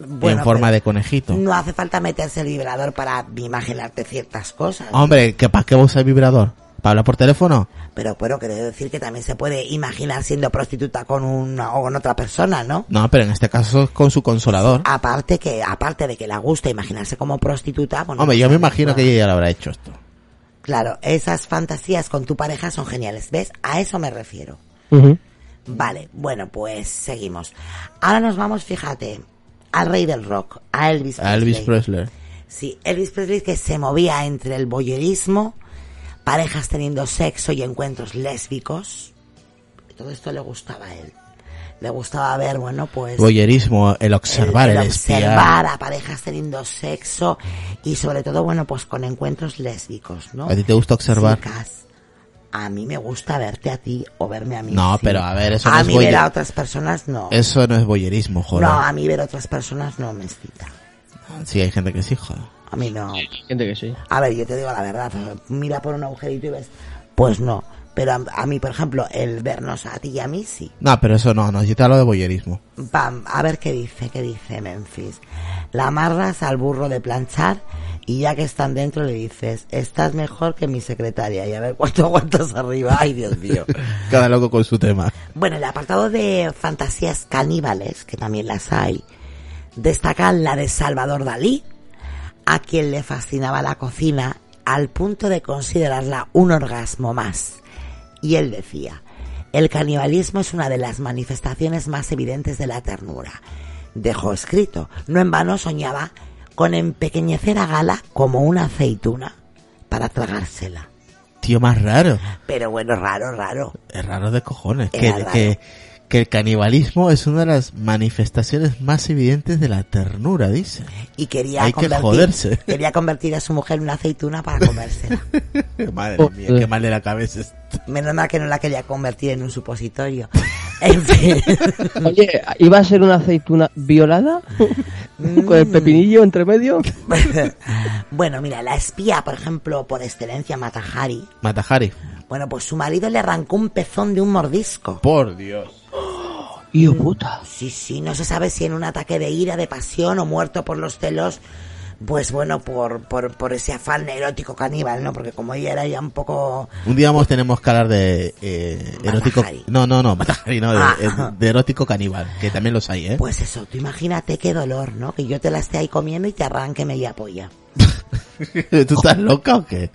Speaker 1: Bueno,
Speaker 5: en forma
Speaker 1: pero
Speaker 5: de conejito.
Speaker 1: No hace falta meterse el vibrador para imaginarte ciertas cosas.
Speaker 5: Hombre, ¿que ¿para qué va a usar vibrador? ¿Para hablar por teléfono?
Speaker 1: Pero bueno, quiero decir que también se puede imaginar siendo prostituta con una o con otra persona, ¿no?
Speaker 5: No, pero en este caso es con su consolador.
Speaker 1: Ah, Aparte que, aparte de que le gusta imaginarse como prostituta, bueno, pues
Speaker 5: Hombre, yo me imagino que ella ya lo habrá hecho esto.
Speaker 1: claro, esas fantasías con tu pareja son geniales, ¿ves? A eso me refiero.
Speaker 4: ujú.
Speaker 1: Vale, bueno, pues seguimos. Ahora nos vamos, fíjate, al rey del rock, a Elvis Presley.
Speaker 5: A Elvis Presley.
Speaker 1: Sí, Elvis Presley que se movía entre el boyerismo, parejas teniendo sexo y encuentros lésbicos. Todo esto le gustaba a él. Le gustaba ver, bueno, pues...
Speaker 5: Voyerismo, el observar, el,
Speaker 1: el
Speaker 5: espiar.
Speaker 1: observar a parejas teniendo sexo y sobre todo, bueno, pues con encuentros lésbicos, ¿no?
Speaker 5: ¿A ti te gusta observar?
Speaker 1: Chicas, a mí me gusta verte a ti o verme a mí.
Speaker 5: No,
Speaker 1: sí.
Speaker 5: pero a ver, eso
Speaker 1: A
Speaker 5: no es
Speaker 1: mí ver
Speaker 5: voyer-
Speaker 1: a otras personas no.
Speaker 5: Eso no es voyerismo, joder.
Speaker 1: no, a mí ver a otras personas no me excita.
Speaker 5: Sí, hay gente que sí, joder.
Speaker 1: A mí no.
Speaker 4: Gente que sí.
Speaker 1: A ver, yo te digo la verdad, mira por un agujerito y ves, pues no. Pero a, a mí, por ejemplo, el vernos a ti y a mí sí.
Speaker 5: No, pero eso no, no, yo te hablo de voyerismo.
Speaker 1: Pam, a ver qué dice, qué dice Memphis. La amarras al burro de planchar y ya que están dentro le dices, estás mejor que mi secretaria y a ver cuánto aguantas arriba. Ay, Dios mío.
Speaker 5: Cada loco con su tema.
Speaker 1: Bueno, el apartado de fantasías caníbales, que también las hay, destacan la de Salvador Dalí, a quien le fascinaba la cocina al punto de considerarla un orgasmo más. Y él decía, el canibalismo es una de las manifestaciones más evidentes de la ternura. Dejó escrito, no en vano soñaba con empequeñecer a Gala como una aceituna para tragársela.
Speaker 5: Tío más raro.
Speaker 1: Pero bueno, raro, raro.
Speaker 5: Es raro de cojones.
Speaker 1: Es
Speaker 5: Que,
Speaker 1: raro.
Speaker 5: que, que el canibalismo es una de las manifestaciones más evidentes de la ternura, dice.
Speaker 1: y quería
Speaker 5: Hay que
Speaker 1: convertir,
Speaker 5: joderse.
Speaker 1: quería convertir a su mujer en una aceituna para comérsela.
Speaker 5: Madre
Speaker 4: Oh,
Speaker 5: mía,
Speaker 4: eh.
Speaker 5: qué mal de la cabeza es.
Speaker 1: Menos mal que no la quería convertir en un supositorio. En fin.
Speaker 4: Oye, ¿iba a ser una aceituna violada? ¿Con
Speaker 1: Mm.
Speaker 4: el pepinillo entre medio?
Speaker 1: bueno, mira, la espía, por ejemplo, por excelencia Matahari,
Speaker 5: Matajari.
Speaker 1: bueno, pues su marido le arrancó un pezón de un mordisco.
Speaker 5: Por Dios.
Speaker 4: Tío puta.
Speaker 1: Sí, sí, no se sabe si en un ataque de ira, de pasión o muerto por los celos, pues bueno, por, por, por ese afán erótico caníbal, ¿no? Porque como ella era ya un poco...
Speaker 5: Un día más tenemos que hablar de eh, erótico.
Speaker 1: Matajari.
Speaker 5: No, no, no, Matajari, no, de, eh,
Speaker 1: Ah.
Speaker 5: de erótico caníbal, que también los hay, ¿eh?
Speaker 1: Pues eso, tú imagínate qué dolor, ¿no? Que yo te la esté ahí comiendo y te arranque media polla.
Speaker 5: ¿Tú estás loca o qué?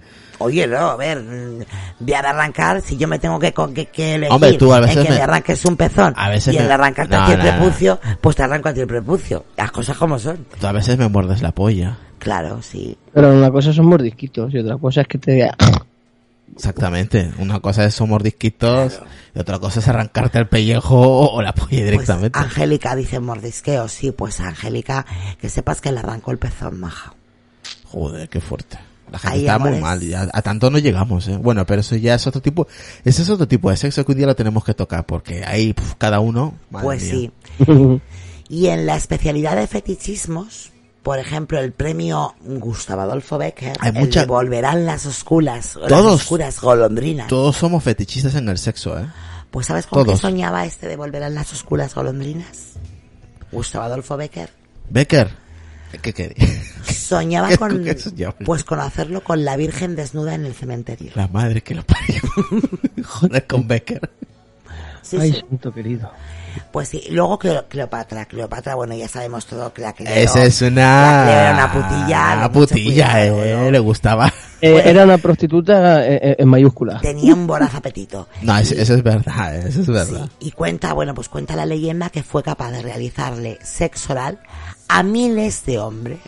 Speaker 1: Oye, no, a ver, mm, voy a arrancar si yo me tengo que, co- que, que elegir
Speaker 5: Hombre, tú a veces
Speaker 1: en que
Speaker 5: me-
Speaker 1: me arranques un pezón
Speaker 5: a veces
Speaker 1: y en
Speaker 5: me-
Speaker 1: arrancarte
Speaker 5: No,
Speaker 1: aquí el
Speaker 5: no, no.
Speaker 1: prepucio, pues te arranco a ti el prepucio. Las cosas como son.
Speaker 5: Tú a veces me muerdes la polla.
Speaker 1: Claro, sí.
Speaker 4: Pero una cosa son mordisquitos y otra cosa es que te...
Speaker 5: Exactamente. Una cosa es somos disquitos y otra cosa es arrancarte el pellejo o la polla
Speaker 1: Pues
Speaker 5: directamente.
Speaker 1: Angélica dice mordisqueo, sí, pues Angélica, que sepas que le arrancó el pezón, maja.
Speaker 5: Joder, qué fuerte. La gente
Speaker 1: Ahí
Speaker 5: está muy
Speaker 1: amores.
Speaker 5: mal. ya- a tanto no llegamos, ¿eh? Bueno, pero eso ya es otro tipo. Ese es otro tipo de sexo que un día lo tenemos que tocar porque ahí puf, cada uno. madre
Speaker 1: pues
Speaker 5: mía.
Speaker 1: sí. Y en la especialidad de fetichismos, por ejemplo, el premio Gustavo Adolfo Becker,
Speaker 5: Hay
Speaker 1: el
Speaker 5: mucha-
Speaker 1: de volverán las oscuras, las
Speaker 5: Todos.
Speaker 1: oscuras golondrinas.
Speaker 5: Todos somos fetichistas en el sexo, ¿eh?
Speaker 1: Pues ¿sabes con qué
Speaker 5: Todos.
Speaker 1: soñaba este de volverán las oscuras golondrinas? Gustavo Adolfo Becker.
Speaker 5: Becker. ¿Qué qué?
Speaker 1: Soñaba
Speaker 5: ¿Qué-
Speaker 1: con,
Speaker 5: qué soñaba?
Speaker 1: pues con hacerlo con la Virgen desnuda en el cementerio.
Speaker 5: La madre que lo parió. Joder con Becker.
Speaker 1: Sí,
Speaker 4: Ay,
Speaker 1: sí.
Speaker 4: santo querido.
Speaker 1: Pues sí, luego Cleo- Cleopatra, Cleopatra, bueno, ya sabemos todo que la Cleo,
Speaker 5: Esa es
Speaker 1: la
Speaker 5: una.
Speaker 1: Cleo era una putilla. de
Speaker 5: Una
Speaker 1: mucho
Speaker 5: putilla,
Speaker 1: cuidado,
Speaker 5: ¿eh?
Speaker 1: ¿no?
Speaker 5: Le gustaba.
Speaker 4: Eh, era una prostituta eh, eh, en mayúscula.
Speaker 1: Tenía un voraz apetito.
Speaker 5: No, es- eso es verdad, ¿eh? eso es
Speaker 1: Sí,
Speaker 5: verdad.
Speaker 1: y cuenta, bueno, pues cuenta la leyenda que fue capaz de realizarle sexo oral a miles de hombres,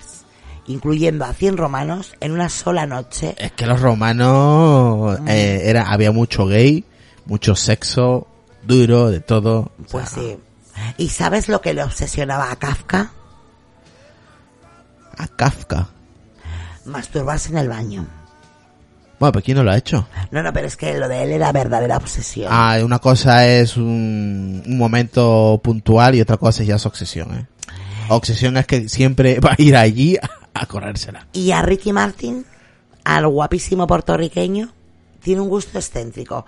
Speaker 1: incluyendo a 100 romanos, en una sola noche.
Speaker 5: Es que los romanos
Speaker 1: Ah.
Speaker 5: eh, era había mucho gay, mucho sexo duro, de todo. O
Speaker 1: Pues
Speaker 5: sea,
Speaker 1: sí. ¿Y sabes lo que le obsesionaba a Kafka?
Speaker 5: A Kafka.
Speaker 1: masturbarse en el baño.
Speaker 5: Bueno, pero ¿quién no lo ha hecho?
Speaker 1: No, no, pero es que lo de él era verdadera obsesión.
Speaker 5: Ah, una cosa es un, un momento puntual y otra cosa ya es obsesión, ¿eh? Obsesión es que siempre va a ir allí a, a corrérsela.
Speaker 1: Y a Ricky Martin, al guapísimo puertorriqueño, tiene un gusto excéntrico.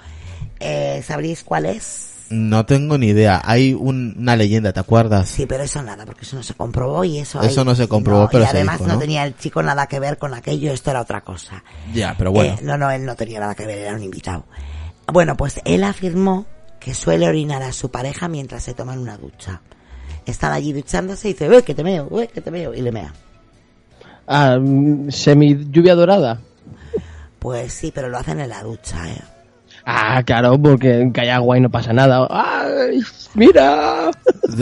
Speaker 1: Eh, ¿Sabréis cuál es?
Speaker 5: No tengo ni idea. Hay un- una leyenda, ¿te acuerdas?
Speaker 1: Sí, pero eso nada, porque eso no se comprobó y eso...
Speaker 5: Eso no se comprobó, pero
Speaker 1: Y
Speaker 5: se
Speaker 1: además
Speaker 5: dijo, ¿no?
Speaker 1: tenía el chico nada que ver con aquello, esto era otra cosa.
Speaker 5: Ya, pero bueno.
Speaker 1: Eh, no, no, él no tenía nada que ver, era un invitado. Bueno, pues él afirmó que suele orinar a su pareja mientras se toman una ducha. Están allí duchándose y dice, uy, que te meo, uy, que te meo, y le mea.
Speaker 4: Ah, mm, semi lluvia dorada.
Speaker 1: Pues sí, pero lo hacen en la ducha, ¿eh?
Speaker 4: Ah, claro, porque en calle agua y no pasa nada. ¡Ay, mira!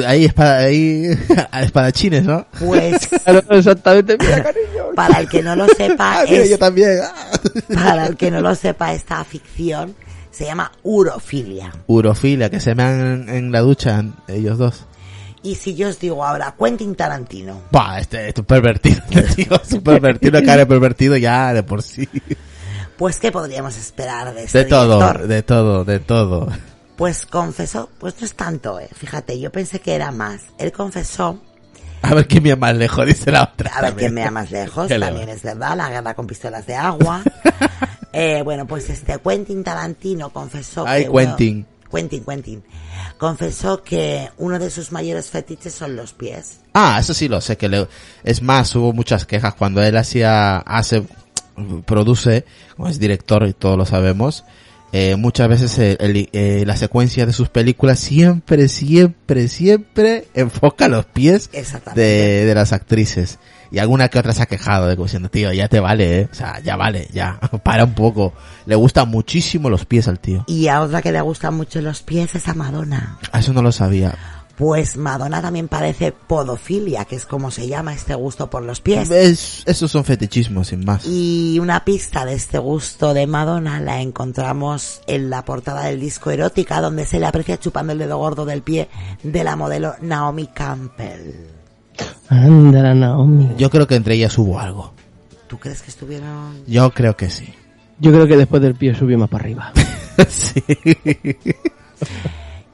Speaker 5: Ahí, espada, ahí a espadachines, ¿no?
Speaker 1: Pues
Speaker 4: Claro, exactamente, mira, cariño.
Speaker 1: para el que no lo sepa,
Speaker 5: Ah, mira,
Speaker 1: es-
Speaker 5: yo también. Ah.
Speaker 1: para el que no lo sepa, esta afición se llama urofilia.
Speaker 5: Urofilia, que se me en, en la ducha ellos dos.
Speaker 1: Y si yo os digo ahora, Quentin Tarantino,
Speaker 5: Bah, este es pervertido, te digo, es un pervertido, cara de pervertido ya de por sí.
Speaker 1: pues ¿qué podríamos esperar de este
Speaker 5: De todo,
Speaker 1: director?
Speaker 5: de todo, de todo.
Speaker 1: Pues confesó, pues no es tanto, ¿eh? Fíjate, yo pensé que era más. Él confesó
Speaker 5: A ver quién me más lejos, dice la otra.
Speaker 1: A ver quién
Speaker 5: también.
Speaker 1: me da más lejos,
Speaker 5: Qué le va.
Speaker 1: también es verdad, la guerra con pistolas de agua. Eh, bueno, pues este Quentin Tarantino confesó
Speaker 5: Ay,
Speaker 1: que uno-
Speaker 5: Quentin.
Speaker 1: Quentin, Quentin. Confesó que uno de sus mayores fetiches son los pies.
Speaker 5: Ah, eso sí lo sé, que le, es más, hubo muchas quejas cuando él hacía, hace, produce, como es director y todos lo sabemos, eh, muchas veces el- el- eh, la secuencia de sus películas siempre, siempre, siempre enfoca los pies
Speaker 1: Exactamente.
Speaker 5: de, de las actrices. Y alguna que otra se ha quejado de como diciendo, tío, ya te vale, eh. O sea, ya vale, ya. Para un poco. Le gustan muchísimo los pies al tío.
Speaker 1: Y a otra que le gustan mucho los pies es a Madonna.
Speaker 5: Ah, Eso no lo sabía.
Speaker 1: Pues Madonna también parece podofilia, que es como se llama este gusto por los pies.
Speaker 5: Es, esos son fetichismos, sin más.
Speaker 1: Y una pista de este gusto de Madonna la encontramos en la portada del disco Erótica, donde se le aprecia chupando el dedo gordo del pie de la modelo Naomi Campbell.
Speaker 4: Ándala, Naomi.
Speaker 5: Yo creo que entre ellas hubo algo.
Speaker 1: ¿Tú crees que estuvieron...?
Speaker 5: Yo creo que sí.
Speaker 4: Yo creo que después del pie subió más para arriba.
Speaker 5: sí.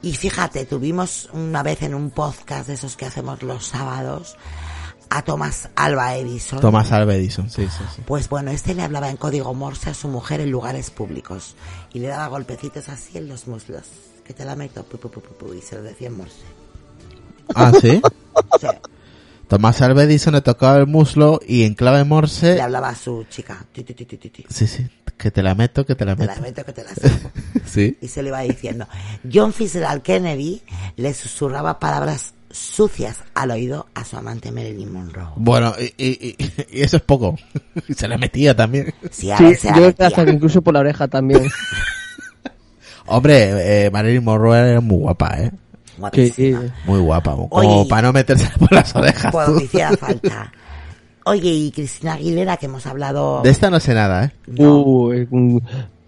Speaker 1: Y fíjate, tuvimos una vez en un podcast de esos que hacemos los sábados a Thomas Alba Edison.
Speaker 5: Tomás Alva Edison, sí, sí, sí.
Speaker 1: Pues bueno, este le hablaba en código morse a su mujer en lugares públicos y le daba golpecitos así en los muslos. Que te la meto, pu, pu, pu, pu, pu, y se lo decía en morse.
Speaker 5: Ah, sí.
Speaker 1: O sea,
Speaker 5: Tomás Alva Edison le tocaba el muslo y en clave
Speaker 1: le
Speaker 5: morse.
Speaker 1: hablaba a su chica. Ti, ti, ti, ti, ti, ti.
Speaker 5: Sí, sí. Que te la meto, que te la
Speaker 1: Te la
Speaker 5: meto.
Speaker 1: meto que te la saco.
Speaker 5: Sí.
Speaker 1: Y se le iba diciendo. John Fitzgerald Kennedy le susurraba palabras sucias al oído a su amante Marilyn Monroe.
Speaker 5: Bueno, y, y- y- y eso es poco. Y se la metía también.
Speaker 1: Sí, a
Speaker 4: Sí,
Speaker 1: ver, se
Speaker 4: yo
Speaker 1: la
Speaker 4: creo que
Speaker 1: metía.
Speaker 4: hasta que incluso por la oreja también.
Speaker 5: Hombre, eh, Marilyn Monroe era muy guapa, ¿eh?
Speaker 4: que,
Speaker 1: Guapísima.
Speaker 5: Muy guapa. Como
Speaker 1: Oye, y-
Speaker 5: para no meterse por las orejas.
Speaker 1: Por
Speaker 5: tú.
Speaker 1: donde hiciera falta. Oye, y Cristina Aguilera, que hemos hablado...
Speaker 5: De esta no sé nada, ¿eh?
Speaker 1: No,
Speaker 4: Uh, eh, mm,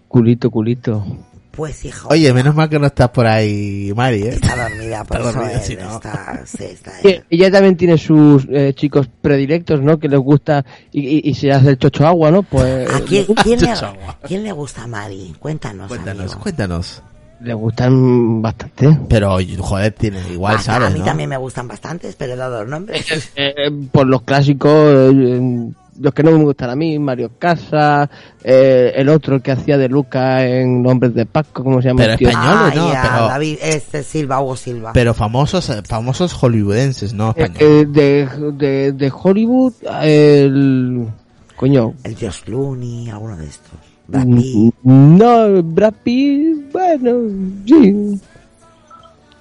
Speaker 4: culito, culito.
Speaker 1: pues hijo.
Speaker 5: Oye, menos mal que no estás por ahí, Mari, ¿eh?
Speaker 1: Está dormida, por
Speaker 5: Está
Speaker 1: eso
Speaker 5: dormida,
Speaker 1: él
Speaker 5: si no.
Speaker 1: está... sí, está-
Speaker 4: Que Ella también tiene sus eh, chicos predilectos, ¿no? Que les gusta y, y- y se hace el chocho agua, ¿no? Pues
Speaker 1: ¿A quién, quién le,
Speaker 5: Chagua.
Speaker 1: quién le gusta a Mari? Cuéntanos,
Speaker 5: Cuéntanos,
Speaker 1: amigo.
Speaker 5: cuéntanos.
Speaker 4: le gustan bastante.
Speaker 5: Pero, joder, tiene igual,
Speaker 1: Ah,
Speaker 5: ¿sabes?
Speaker 1: a mí
Speaker 5: no?
Speaker 1: también me gustan bastantes, pero he dado los nombres.
Speaker 4: Eh, por los clásicos, eh, los que no me gustan a mí, Mario Casa, eh, el otro que hacía de Luca en Hombres de Pasco, ¿cómo se llama?
Speaker 5: Pero
Speaker 4: el tío?
Speaker 5: español. españoles, ¿no?
Speaker 1: ya,
Speaker 5: Pero-
Speaker 1: David, este Silva, Hugo Silva.
Speaker 5: Pero famosos, eh, famosos hollywoodenses, no
Speaker 4: Eh,
Speaker 5: españoles.
Speaker 4: eh, de, de, de Hollywood, el... Coño.
Speaker 1: el Josh Clooney, alguno de estos. Brad
Speaker 4: mm,
Speaker 1: Pitt.
Speaker 4: No, Brad Pitt, bueno, sí.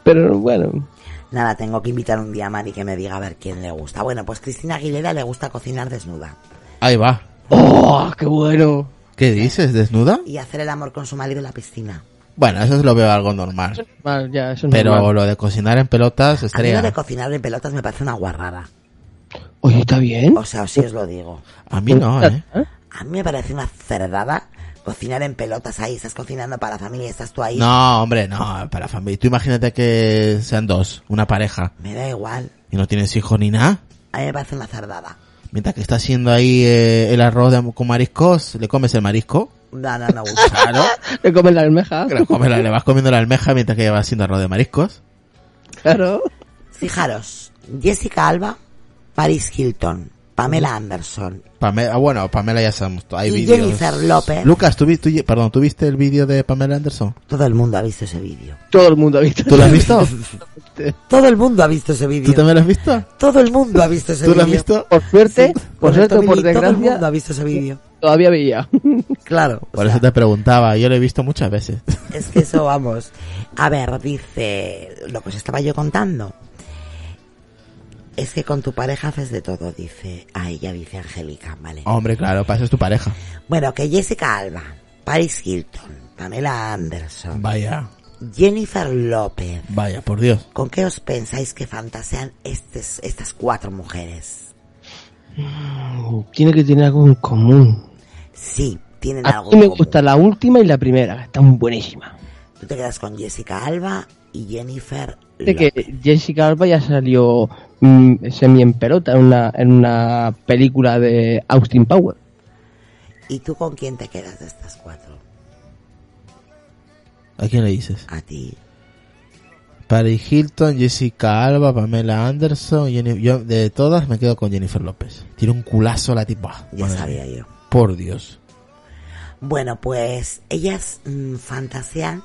Speaker 4: Pero bueno.
Speaker 1: Nada, tengo que invitar un día a Mari que me diga a ver quién le gusta. Bueno, pues Cristina Aguilera le gusta cocinar desnuda
Speaker 5: Ahí va.
Speaker 4: ¡Oh, qué bueno!
Speaker 5: ¿Qué dices? ¿Desnuda?
Speaker 1: y hacer el amor con su marido en la piscina.
Speaker 5: Bueno, eso lo veo algo normal.
Speaker 4: Vale, ya, eso es
Speaker 5: Pero
Speaker 4: normal.
Speaker 5: lo de cocinar en pelotas
Speaker 1: A mí lo de
Speaker 5: estaría...
Speaker 1: cocinar en pelotas me parece una guarrada.
Speaker 4: Oye, ¿está bien?
Speaker 1: O sea, si os lo digo.
Speaker 5: A mí no, ¿eh?
Speaker 4: ¿Eh?
Speaker 1: A mí me parece una cerdada cocinar en pelotas ahí. Estás cocinando para la familia y estás tú ahí.
Speaker 5: No, hombre, no, para familia. Tú imagínate que sean dos, una pareja,
Speaker 1: Me da igual.
Speaker 5: y no tienes hijos ni nada.
Speaker 1: A mí me parece una cerdada.
Speaker 5: Mientras que está haciendo ahí eh, el arroz de- con mariscos, le comes el marisco.
Speaker 1: No, no, no gusta.
Speaker 5: Claro.
Speaker 4: Le comen la almeja.
Speaker 5: que le, comes la- le vas comiendo la almeja mientras que ella va haciendo arroz de mariscos.
Speaker 4: Claro.
Speaker 1: Fijaros, Jessica Alba, Paris Hilton, Pamela Anderson.
Speaker 5: Pamela, ah, bueno, Pamela ya sabemos. Hay
Speaker 1: Y
Speaker 5: vídeos.
Speaker 1: Jennifer López.
Speaker 5: Lucas, ¿tú, vi- tú- perdón, ¿tú viste el vídeo de Pamela Anderson?
Speaker 1: Todo el mundo ha visto ese vídeo.
Speaker 4: Todo el mundo ha visto.
Speaker 5: ¿Tú lo has visto?
Speaker 1: Todo el mundo ha visto ese
Speaker 5: Oh. ¿Tú
Speaker 1: vídeo.
Speaker 5: también lo has visto?
Speaker 1: Todo el mundo ha visto ese
Speaker 5: ¿Tú
Speaker 1: vídeo.
Speaker 5: lo has visto?
Speaker 4: Por suerte, por
Speaker 1: Correcto,
Speaker 4: suerte, o por
Speaker 1: Mili, Todo el mundo ha
Speaker 4: desgracia,
Speaker 1: visto ese vídeo.
Speaker 4: todavía veía.
Speaker 1: Claro. o
Speaker 5: Por
Speaker 1: sea,
Speaker 5: eso te preguntaba, yo lo he visto muchas veces.
Speaker 1: Es que eso, vamos. A ver, dice lo que os estaba yo contando. Es que con tu pareja haces de todo, dice. A ella dice Angélica, ¿vale?
Speaker 5: Hombre, claro, para eso es tu pareja.
Speaker 1: Bueno, que Jessica Alba, Paris Hilton, Pamela Anderson,
Speaker 5: Vaya,
Speaker 1: Jennifer López.
Speaker 5: vaya, por Dios.
Speaker 1: ¿Con qué os pensáis que fantasean estes- estas cuatro mujeres?
Speaker 4: Oh, Tiene que tener algo en común.
Speaker 1: Sí, tienen
Speaker 4: A
Speaker 1: algo.
Speaker 4: mí me
Speaker 1: en común.
Speaker 4: gusta la última y la primera, están buenísimas.
Speaker 1: Tú te quedas con Jessica Alba y Jennifer
Speaker 4: De
Speaker 1: López.
Speaker 4: que Jessica Alba ya salió mm, semi en pelota en una, en una película de Austin Power.
Speaker 1: ¿Y tú con quién te quedas de estas cuatro?
Speaker 5: ¿A quién le dices?
Speaker 1: A ti.
Speaker 5: Paris Hilton, Jessica Alba, Pamela Anderson, Jenny- yo de todas me quedo con Jennifer López. Tiene un culazo la tipa.
Speaker 1: Ya
Speaker 5: Madre
Speaker 1: sabía
Speaker 5: mía.
Speaker 4: eh.
Speaker 1: yo.
Speaker 5: Por Dios.
Speaker 1: Bueno, pues ellas mm, fantasean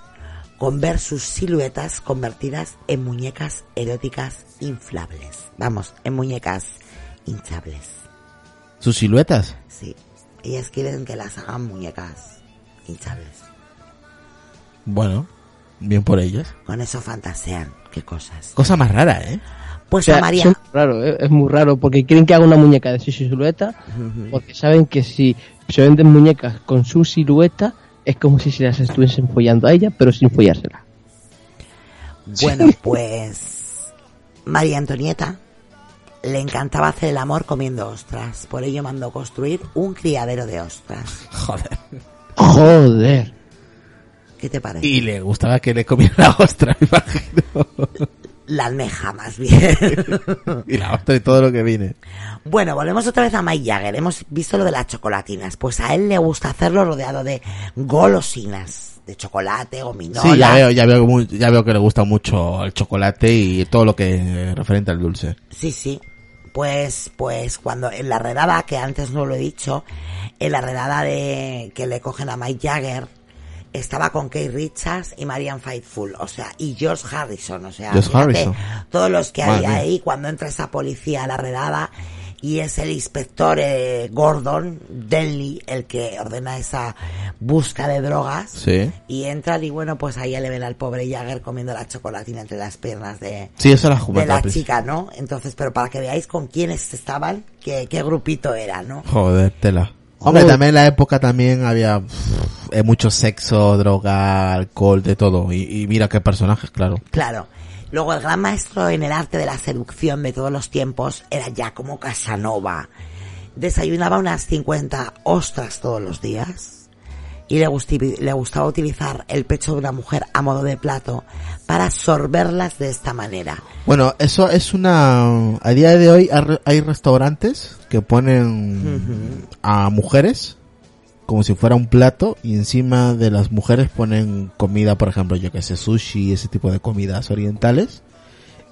Speaker 1: con ver sus siluetas convertidas en muñecas eróticas inflables. Vamos, en muñecas hinchables.
Speaker 5: ¿Sus siluetas?
Speaker 1: Sí. Ellas quieren que las hagan muñecas hinchables.
Speaker 5: Bueno, bien por ellas.
Speaker 1: Con eso fantasean. Qué cosas.
Speaker 5: Cosa más rara, ¿eh?
Speaker 1: Pues
Speaker 4: O sea,
Speaker 1: a María.
Speaker 4: eso Es, raro, ¿eh? es muy raro, porque quieren que haga una muñeca de su silueta, porque saben que si se venden muñecas con su silueta, es como si se las estuviesen follando a ella, pero sin follársela.
Speaker 1: Bueno, pues María Antonieta le encantaba hacer el amor comiendo ostras. Por ello mandó construir un criadero de ostras.
Speaker 5: Joder.
Speaker 4: Joder.
Speaker 1: ¿Qué te parece?
Speaker 5: Y le gustaba que le comiera la ostra, me imagino.
Speaker 1: La almeja, más bien.
Speaker 5: Y la ostra y todo lo que viene.
Speaker 1: bueno, volvemos otra vez a Mike Jagger. Hemos visto lo de las chocolatinas. Pues a él le gusta hacerlo rodeado de golosinas. De chocolate, gominola.
Speaker 5: Sí, ya veo, ya veo, mu- ya veo que le gusta mucho el chocolate y todo lo que eh, referente al dulce.
Speaker 1: Sí, sí. Pues, pues cuando en la redada, que antes no lo he dicho, en la redada de que le cogen a Mike Jagger, estaba con Kate Richards y Marian Faithful, o sea, y George Harrison, o sea,
Speaker 5: George Harrison.
Speaker 1: todos los que
Speaker 5: Madre
Speaker 1: hay
Speaker 5: mía.
Speaker 1: ahí cuando entra esa policía a la redada y es el inspector eh, Gordon Denley el que ordena esa busca de drogas.
Speaker 5: Sí.
Speaker 1: Y entran y bueno, pues ahí le ven al pobre Jagger comiendo la chocolatina entre las piernas de,
Speaker 5: Sí, eso la
Speaker 1: de
Speaker 5: juventud.
Speaker 1: la
Speaker 5: al principio.
Speaker 1: chica, ¿no? Entonces, pero para que veáis con quiénes estaban, qué, qué grupito era, ¿no?
Speaker 5: Joder, tela. Hombre,
Speaker 4: Joder.
Speaker 5: también en la época también había pff, eh, mucho sexo, droga, alcohol, de todo. Y, y mira qué personajes, claro.
Speaker 1: Claro. Luego el gran maestro en el arte de la seducción de todos los tiempos era Giacomo Casanova. Desayunaba unas 50 ostras todos los días y le, gusti- le gustaba utilizar el pecho de una mujer a modo de plato para sorberlas de esta manera.
Speaker 5: Bueno, eso es una... A día de hoy ar- hay restaurantes que ponen a mujeres como si fuera un plato y encima de las mujeres ponen comida, por ejemplo, yo que sé, sushi, ese tipo de comidas orientales.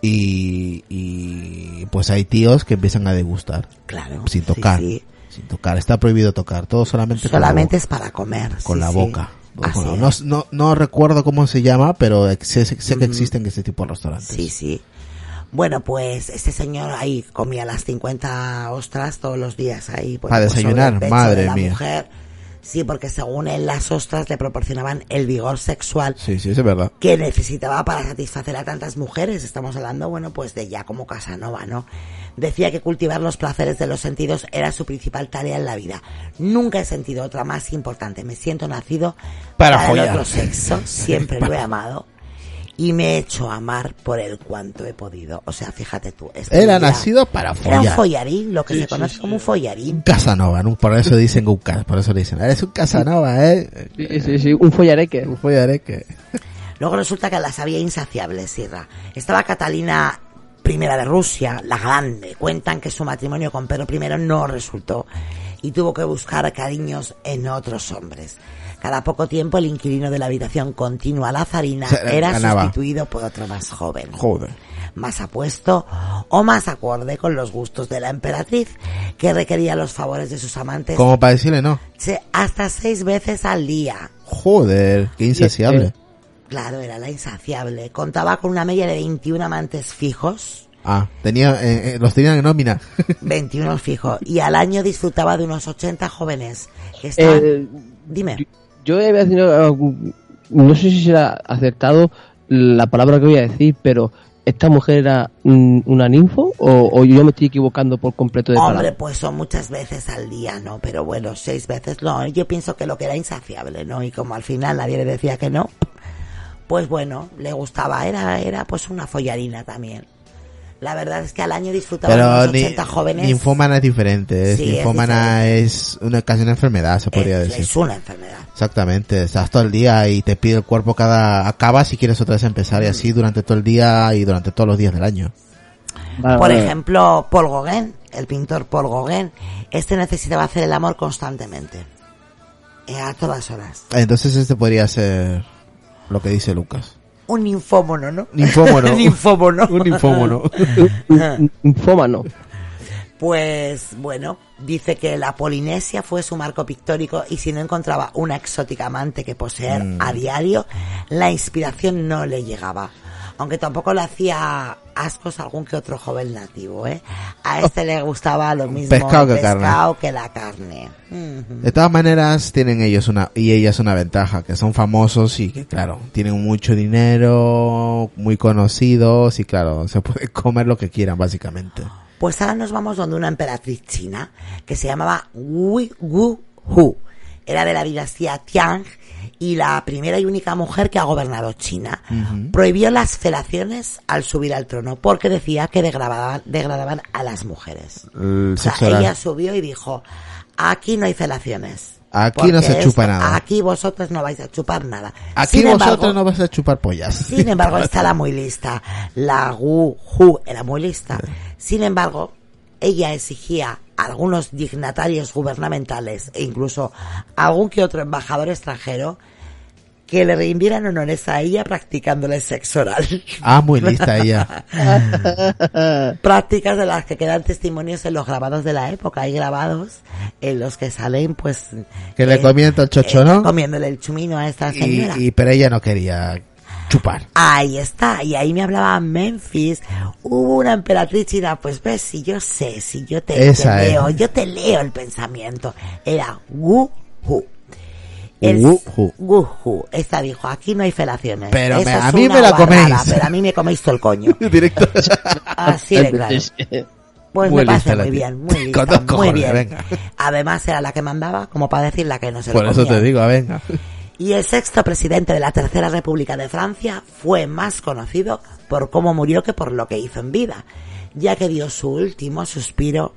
Speaker 5: Y, y pues hay tíos que empiezan a degustar
Speaker 1: Claro.
Speaker 5: sin
Speaker 1: Ah, sí,
Speaker 5: tocar.
Speaker 1: sí.
Speaker 5: Sin tocar, está prohibido tocar, todo solamente con la
Speaker 1: Solamente
Speaker 5: boca.
Speaker 1: es para comer.
Speaker 5: con
Speaker 1: sí,
Speaker 5: la
Speaker 1: sí.
Speaker 5: boca.
Speaker 1: Así
Speaker 5: Bueno,
Speaker 1: es.
Speaker 5: no, no, no recuerdo cómo se llama, pero ex- sé, sé que existen este tipo de restaurantes.
Speaker 1: Sí, sí. Bueno, pues este señor ahí comía las 50 ostras todos los días ahí. bueno,
Speaker 5: Para
Speaker 1: pues, sobre
Speaker 5: desayunar,
Speaker 1: el pecho
Speaker 5: madre
Speaker 1: de la
Speaker 5: mía.
Speaker 1: mujer. Sí, porque según él las ostras le proporcionaban el vigor sexual
Speaker 5: Sí, sí, eso es verdad.
Speaker 1: que necesitaba para satisfacer a tantas mujeres. Estamos hablando, bueno, pues de ya como Casanova, ¿no? Decía que cultivar los placeres de los sentidos era su principal tarea en la vida. Nunca he sentido otra más importante. Me siento nacido
Speaker 5: Para
Speaker 1: el
Speaker 5: follar.
Speaker 1: otro sexo. Siempre lo he amado. Y me he hecho amar por el cuanto he podido. O sea, fíjate tú. este
Speaker 5: Era
Speaker 1: ya
Speaker 5: nacido para
Speaker 1: Era un
Speaker 5: follar.
Speaker 1: follarín, lo que se conoce como un
Speaker 5: Un
Speaker 1: follarín.
Speaker 5: Casanova, ¿no? por eso dicen un ca- por eso le dicen, eres un Casanova, eh.
Speaker 4: Sí, sí, sí, un follareque.
Speaker 5: Un eh, follareque.
Speaker 1: Luego resulta que las había insaciables, Sierra. Estaba Catalina primera de Rusia, la grande, cuentan que su matrimonio con Pedro I no resultó y tuvo que buscar cariños en otros hombres. Cada poco tiempo el inquilino de la habitación continua Lazarina
Speaker 5: O sea,
Speaker 1: era
Speaker 5: ganaba.
Speaker 1: sustituido por otro más joven
Speaker 5: Joder.
Speaker 1: más apuesto o más acorde con los gustos de la emperatriz, que requería los favores de sus amantes
Speaker 5: Como para decirle no.
Speaker 1: se- hasta seis veces al día.
Speaker 5: Joder, qué insaciable.
Speaker 4: Eh,
Speaker 1: este- Claro, era la insaciable. Contaba con una media de 21 amantes fijos,
Speaker 5: Ah, tenía, eh, eh, los tenían en nómina.
Speaker 1: 21 fijos, y al año disfrutaba de unos 80 jóvenes. que estaban-
Speaker 4: Eh,
Speaker 1: Dime,
Speaker 4: Yo he decidido, no sé si será acertado la palabra que voy a decir, pero ¿esta mujer era mm, una ninfo o, o yo me estoy equivocando por completo de
Speaker 1: hombre,
Speaker 4: palabra?
Speaker 1: pues son muchas veces al día, ¿no? Pero bueno, seis veces no. ¿eh? Yo pienso que lo que era insaciable, ¿no? Y como al final nadie le decía que no, pues bueno, le gustaba, era, era pues una follarina también. La verdad es que al año disfrutaba de
Speaker 5: Pero
Speaker 1: unos
Speaker 5: ni,
Speaker 1: 80 jóvenes.
Speaker 5: ninfómana es diferente. Es,
Speaker 1: Sí, es
Speaker 5: ninfómana es, una casi una enfermedad, se podría
Speaker 1: es,
Speaker 5: decir.
Speaker 1: es una enfermedad.
Speaker 5: Exactamente, estás todo el día y te pide el cuerpo cada, acaba si quieres otra vez empezar y
Speaker 1: Mm.
Speaker 5: así durante todo el día y durante todos los días del año. Ah,
Speaker 4: Vale,
Speaker 1: Por
Speaker 4: vale.
Speaker 1: ejemplo, Paul Gauguin, el pintor Paul Gauguin, este necesitaba hacer el amor constantemente. eh, A todas horas.
Speaker 5: Entonces este podría ser lo que dice Lucas.
Speaker 1: Un ninfómono, ¿no?
Speaker 5: Ninfómono.
Speaker 1: ninfómono.
Speaker 5: Un ninfómono.
Speaker 4: Un- un Infómano.
Speaker 1: Pues bueno, dice que la Polinesia fue su marco pictórico y si no encontraba una exótica amante que poseer
Speaker 5: Mm.
Speaker 1: a diario, la inspiración no le llegaba. Aunque tampoco le hacía ascos a algún que otro joven nativo, ¿eh? A este le gustaba lo mismo
Speaker 5: pescado que
Speaker 1: el
Speaker 5: carne.
Speaker 1: pescado que la carne. Mm. Ujú.
Speaker 5: De todas maneras, tienen ellos una, y ellas una ventaja, que son famosos y que claro, tienen mucho dinero, muy conocidos y claro, se puede comer lo que quieran básicamente.
Speaker 1: Pues ahora nos vamos donde una emperatriz china que se llamaba Wei Wu Hu. Era de la dinastía Tiang y la primera y única mujer que ha gobernado China. Prohibió las felaciones al subir al trono porque decía que degradaban, degradaban a las mujeres.
Speaker 5: El
Speaker 1: O sea,
Speaker 5: sexo oral.
Speaker 1: ella subió y dijo, aquí no hay felaciones.
Speaker 5: Aquí no se
Speaker 1: Porque
Speaker 5: chupa
Speaker 1: esto-
Speaker 5: nada.
Speaker 1: Aquí vosotros no vais a chupar nada.
Speaker 5: Aquí
Speaker 1: Sin
Speaker 5: vosotros
Speaker 1: embargo-
Speaker 5: no vas a chupar pollas.
Speaker 1: sin em- embargo, esta era muy lista. La Wu Hu era muy lista. Sin embargo, ella exigía a algunos dignatarios gubernamentales e incluso a algún que otro embajador extranjero que le rindieran honores a ella practicándole sexo oral.
Speaker 5: Ah, muy lista ella.
Speaker 1: Prácticas de las que quedan testimonios en los grabados de la época. Hay grabados en los que salen, pues. eh,
Speaker 5: Que le comiendo el chocho, ¿no?
Speaker 1: Comiéndole el chumino a esta
Speaker 5: Y,
Speaker 1: señora.
Speaker 5: y- pero ella no quería chupar.
Speaker 1: Ahí está, y ahí me hablaba Memphis. Hubo una emperatriz china, pues ves, si yo sé, si yo te, te
Speaker 5: Esa es.
Speaker 1: leo, yo te leo el pensamiento. Era Wu Hu.
Speaker 5: Wu Hu.
Speaker 1: Wu Hu. Esta dijo, aquí no hay felaciones.
Speaker 5: Pero
Speaker 1: Eso
Speaker 5: me- a
Speaker 1: es
Speaker 5: mí
Speaker 1: una
Speaker 5: me la
Speaker 1: guarrada,
Speaker 5: coméis.
Speaker 1: Pero a mí me coméis todo el coño.
Speaker 5: Directo.
Speaker 1: Así de claro.
Speaker 4: eh.
Speaker 1: Pues
Speaker 5: Muy
Speaker 1: me parece
Speaker 5: lista la
Speaker 1: muy
Speaker 5: tía.
Speaker 1: bien, muy
Speaker 5: Con
Speaker 1: lista,
Speaker 5: dos
Speaker 1: muy
Speaker 5: cojones,
Speaker 1: bien.
Speaker 5: venga.
Speaker 1: Además era la que mandaba, como para decir la que no se
Speaker 5: Por
Speaker 1: lo
Speaker 5: eso te
Speaker 1: comía.
Speaker 5: digo, ah, venga.
Speaker 1: Y el sexto presidente de la Tercera República de Francia fue más conocido por cómo murió que por lo que hizo en vida, ya que dio su último suspiro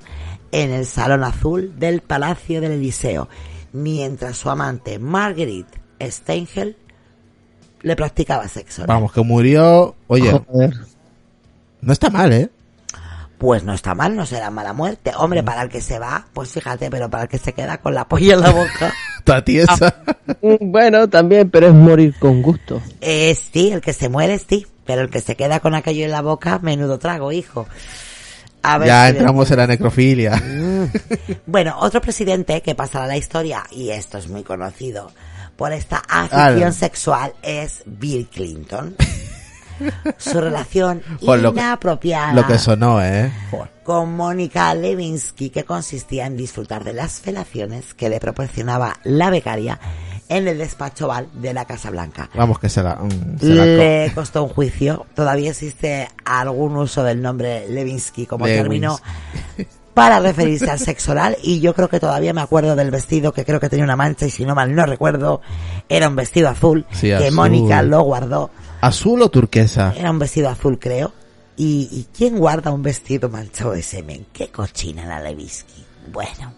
Speaker 1: en el Salón Azul del Palacio del Eliseo, mientras su amante Marguerite Steingel le practicaba sexo. oral.
Speaker 5: Vamos, que murió. Oye,
Speaker 4: Joder.
Speaker 5: no está mal, ¿eh?
Speaker 1: Pues no está mal, no será mala muerte. Hombre, para el que se va, pues fíjate, pero para el que se queda con la polla en la boca.
Speaker 5: Está
Speaker 1: Ah,
Speaker 5: tiesa.
Speaker 4: Mm, Bueno, también, pero es morir con gusto.
Speaker 1: Eh, sí, el que se muere, sí. Pero el que se queda con aquello en la boca, menudo trago, hijo. A ver
Speaker 5: ya
Speaker 1: si-
Speaker 5: entramos en la necrofilia.
Speaker 1: Uh. Bueno, otro presidente que pasará la historia, y esto es muy conocido, por esta
Speaker 5: Ala.
Speaker 1: afición sexual es Bill Clinton. Su relación
Speaker 5: Joder, lo que-
Speaker 1: inapropiada
Speaker 5: Lo que sonó, ¿eh? Joder.
Speaker 1: con Mónica Levinsky, que consistía en disfrutar de las felaciones que le proporcionaba la becaria en el despacho oval de la Casa Blanca.
Speaker 5: Vamos, que se la. mm, se la co-
Speaker 1: Le costó un juicio. Todavía existe algún uso del nombre Levinsky como
Speaker 5: Lewis.
Speaker 1: término para referirse al sexo oral. Y yo creo que todavía me acuerdo del vestido que creo que tenía una mancha y si no mal no recuerdo, era un vestido azul
Speaker 5: Sí,
Speaker 1: que
Speaker 5: azul.
Speaker 1: Mónica lo guardó.
Speaker 5: ¿Azul o turquesa?
Speaker 1: Era un vestido azul, creo. ¿Y, y quién guarda un vestido manchado de semen? Qué cochina la Levinsky. Bueno.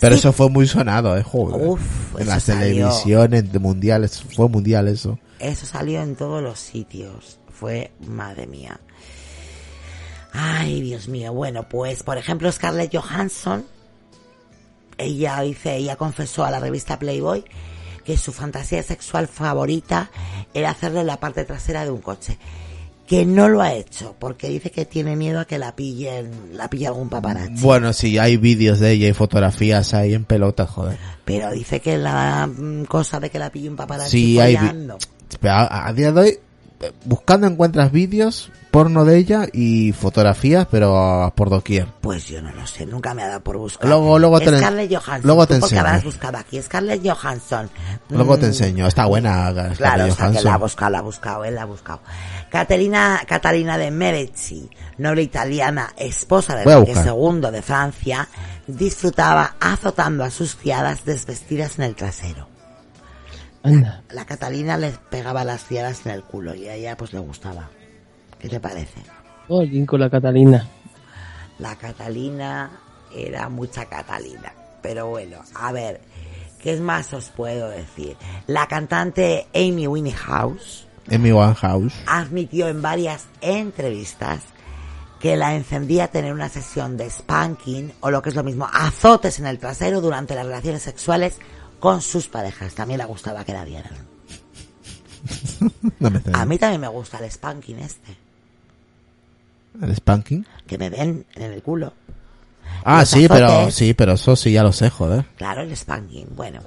Speaker 5: Pero
Speaker 1: Sí.
Speaker 5: eso fue muy sonado, ¿eh? Joder.
Speaker 1: Uf,
Speaker 5: en
Speaker 1: eso
Speaker 5: las
Speaker 1: salió.
Speaker 5: televisiones de mundiales. Fue mundial eso.
Speaker 1: Eso salió en todos los sitios. Fue madre mía. Ay, Dios mío. Bueno, pues, por ejemplo, Scarlett Johansson, ella dice, ella confesó a la revista Playboy que su fantasía sexual favorita era hacerle la parte trasera de un coche. Que no lo ha hecho, porque dice que tiene miedo a que la pillen, la pille algún paparazzi.
Speaker 5: Bueno, si hay vídeos de ella y fotografías ahí en pelotas, joder.
Speaker 1: Pero dice que la mm, cosa de que la pille un paparazzi
Speaker 5: Sí, hay vi-
Speaker 1: follando.
Speaker 5: Pero a, a día de hoy, eh, buscando encuentras vídeos, porno de ella y fotografías, pero por doquier.
Speaker 1: Pues yo no lo sé, nunca me ha dado por buscar.
Speaker 5: Luego- luego te-
Speaker 1: Scarlett Johansson.
Speaker 5: luego
Speaker 1: tú
Speaker 5: te
Speaker 1: porque
Speaker 5: enseño.
Speaker 1: habrás buscado aquí. Scarlett Johansson.
Speaker 5: Luego te
Speaker 1: Mm,
Speaker 5: enseño, está buena. Scarlett
Speaker 1: Claro, o sea, que la ha
Speaker 5: Johansson.
Speaker 1: buscado, la ha buscado, él la ha buscado. Catalina, Catalina de Medici, noble italiana, esposa de
Speaker 5: Voy a
Speaker 1: Enrique
Speaker 5: buscar.
Speaker 1: II de Francia, disfrutaba azotando a sus criadas desvestidas en el trasero.
Speaker 4: Anda.
Speaker 1: La Catalina les pegaba a las criadas en el culo y a ella pues le gustaba. ¿Qué te parece?
Speaker 4: Jolín con la Catalina.
Speaker 1: La Catalina era mucha Catalina. Pero bueno, a ver, ¿qué más os puedo decir? La cantante Amy Winehouse
Speaker 5: Amy Winehouse.
Speaker 1: admitió en varias entrevistas que la encendía tener una sesión de spanking o lo que es lo mismo, azotes en el trasero durante las relaciones sexuales con sus parejas. También le gustaba que la dieran.
Speaker 5: No me extraña.
Speaker 1: A mí también me gusta el spanking este,
Speaker 5: El spanking.
Speaker 1: que me den en el culo.
Speaker 5: Ah,
Speaker 1: Los
Speaker 5: sí, pero
Speaker 1: azotes.
Speaker 5: sí, pero eso sí ya lo sé, joder.
Speaker 1: Claro, el spanking, bueno.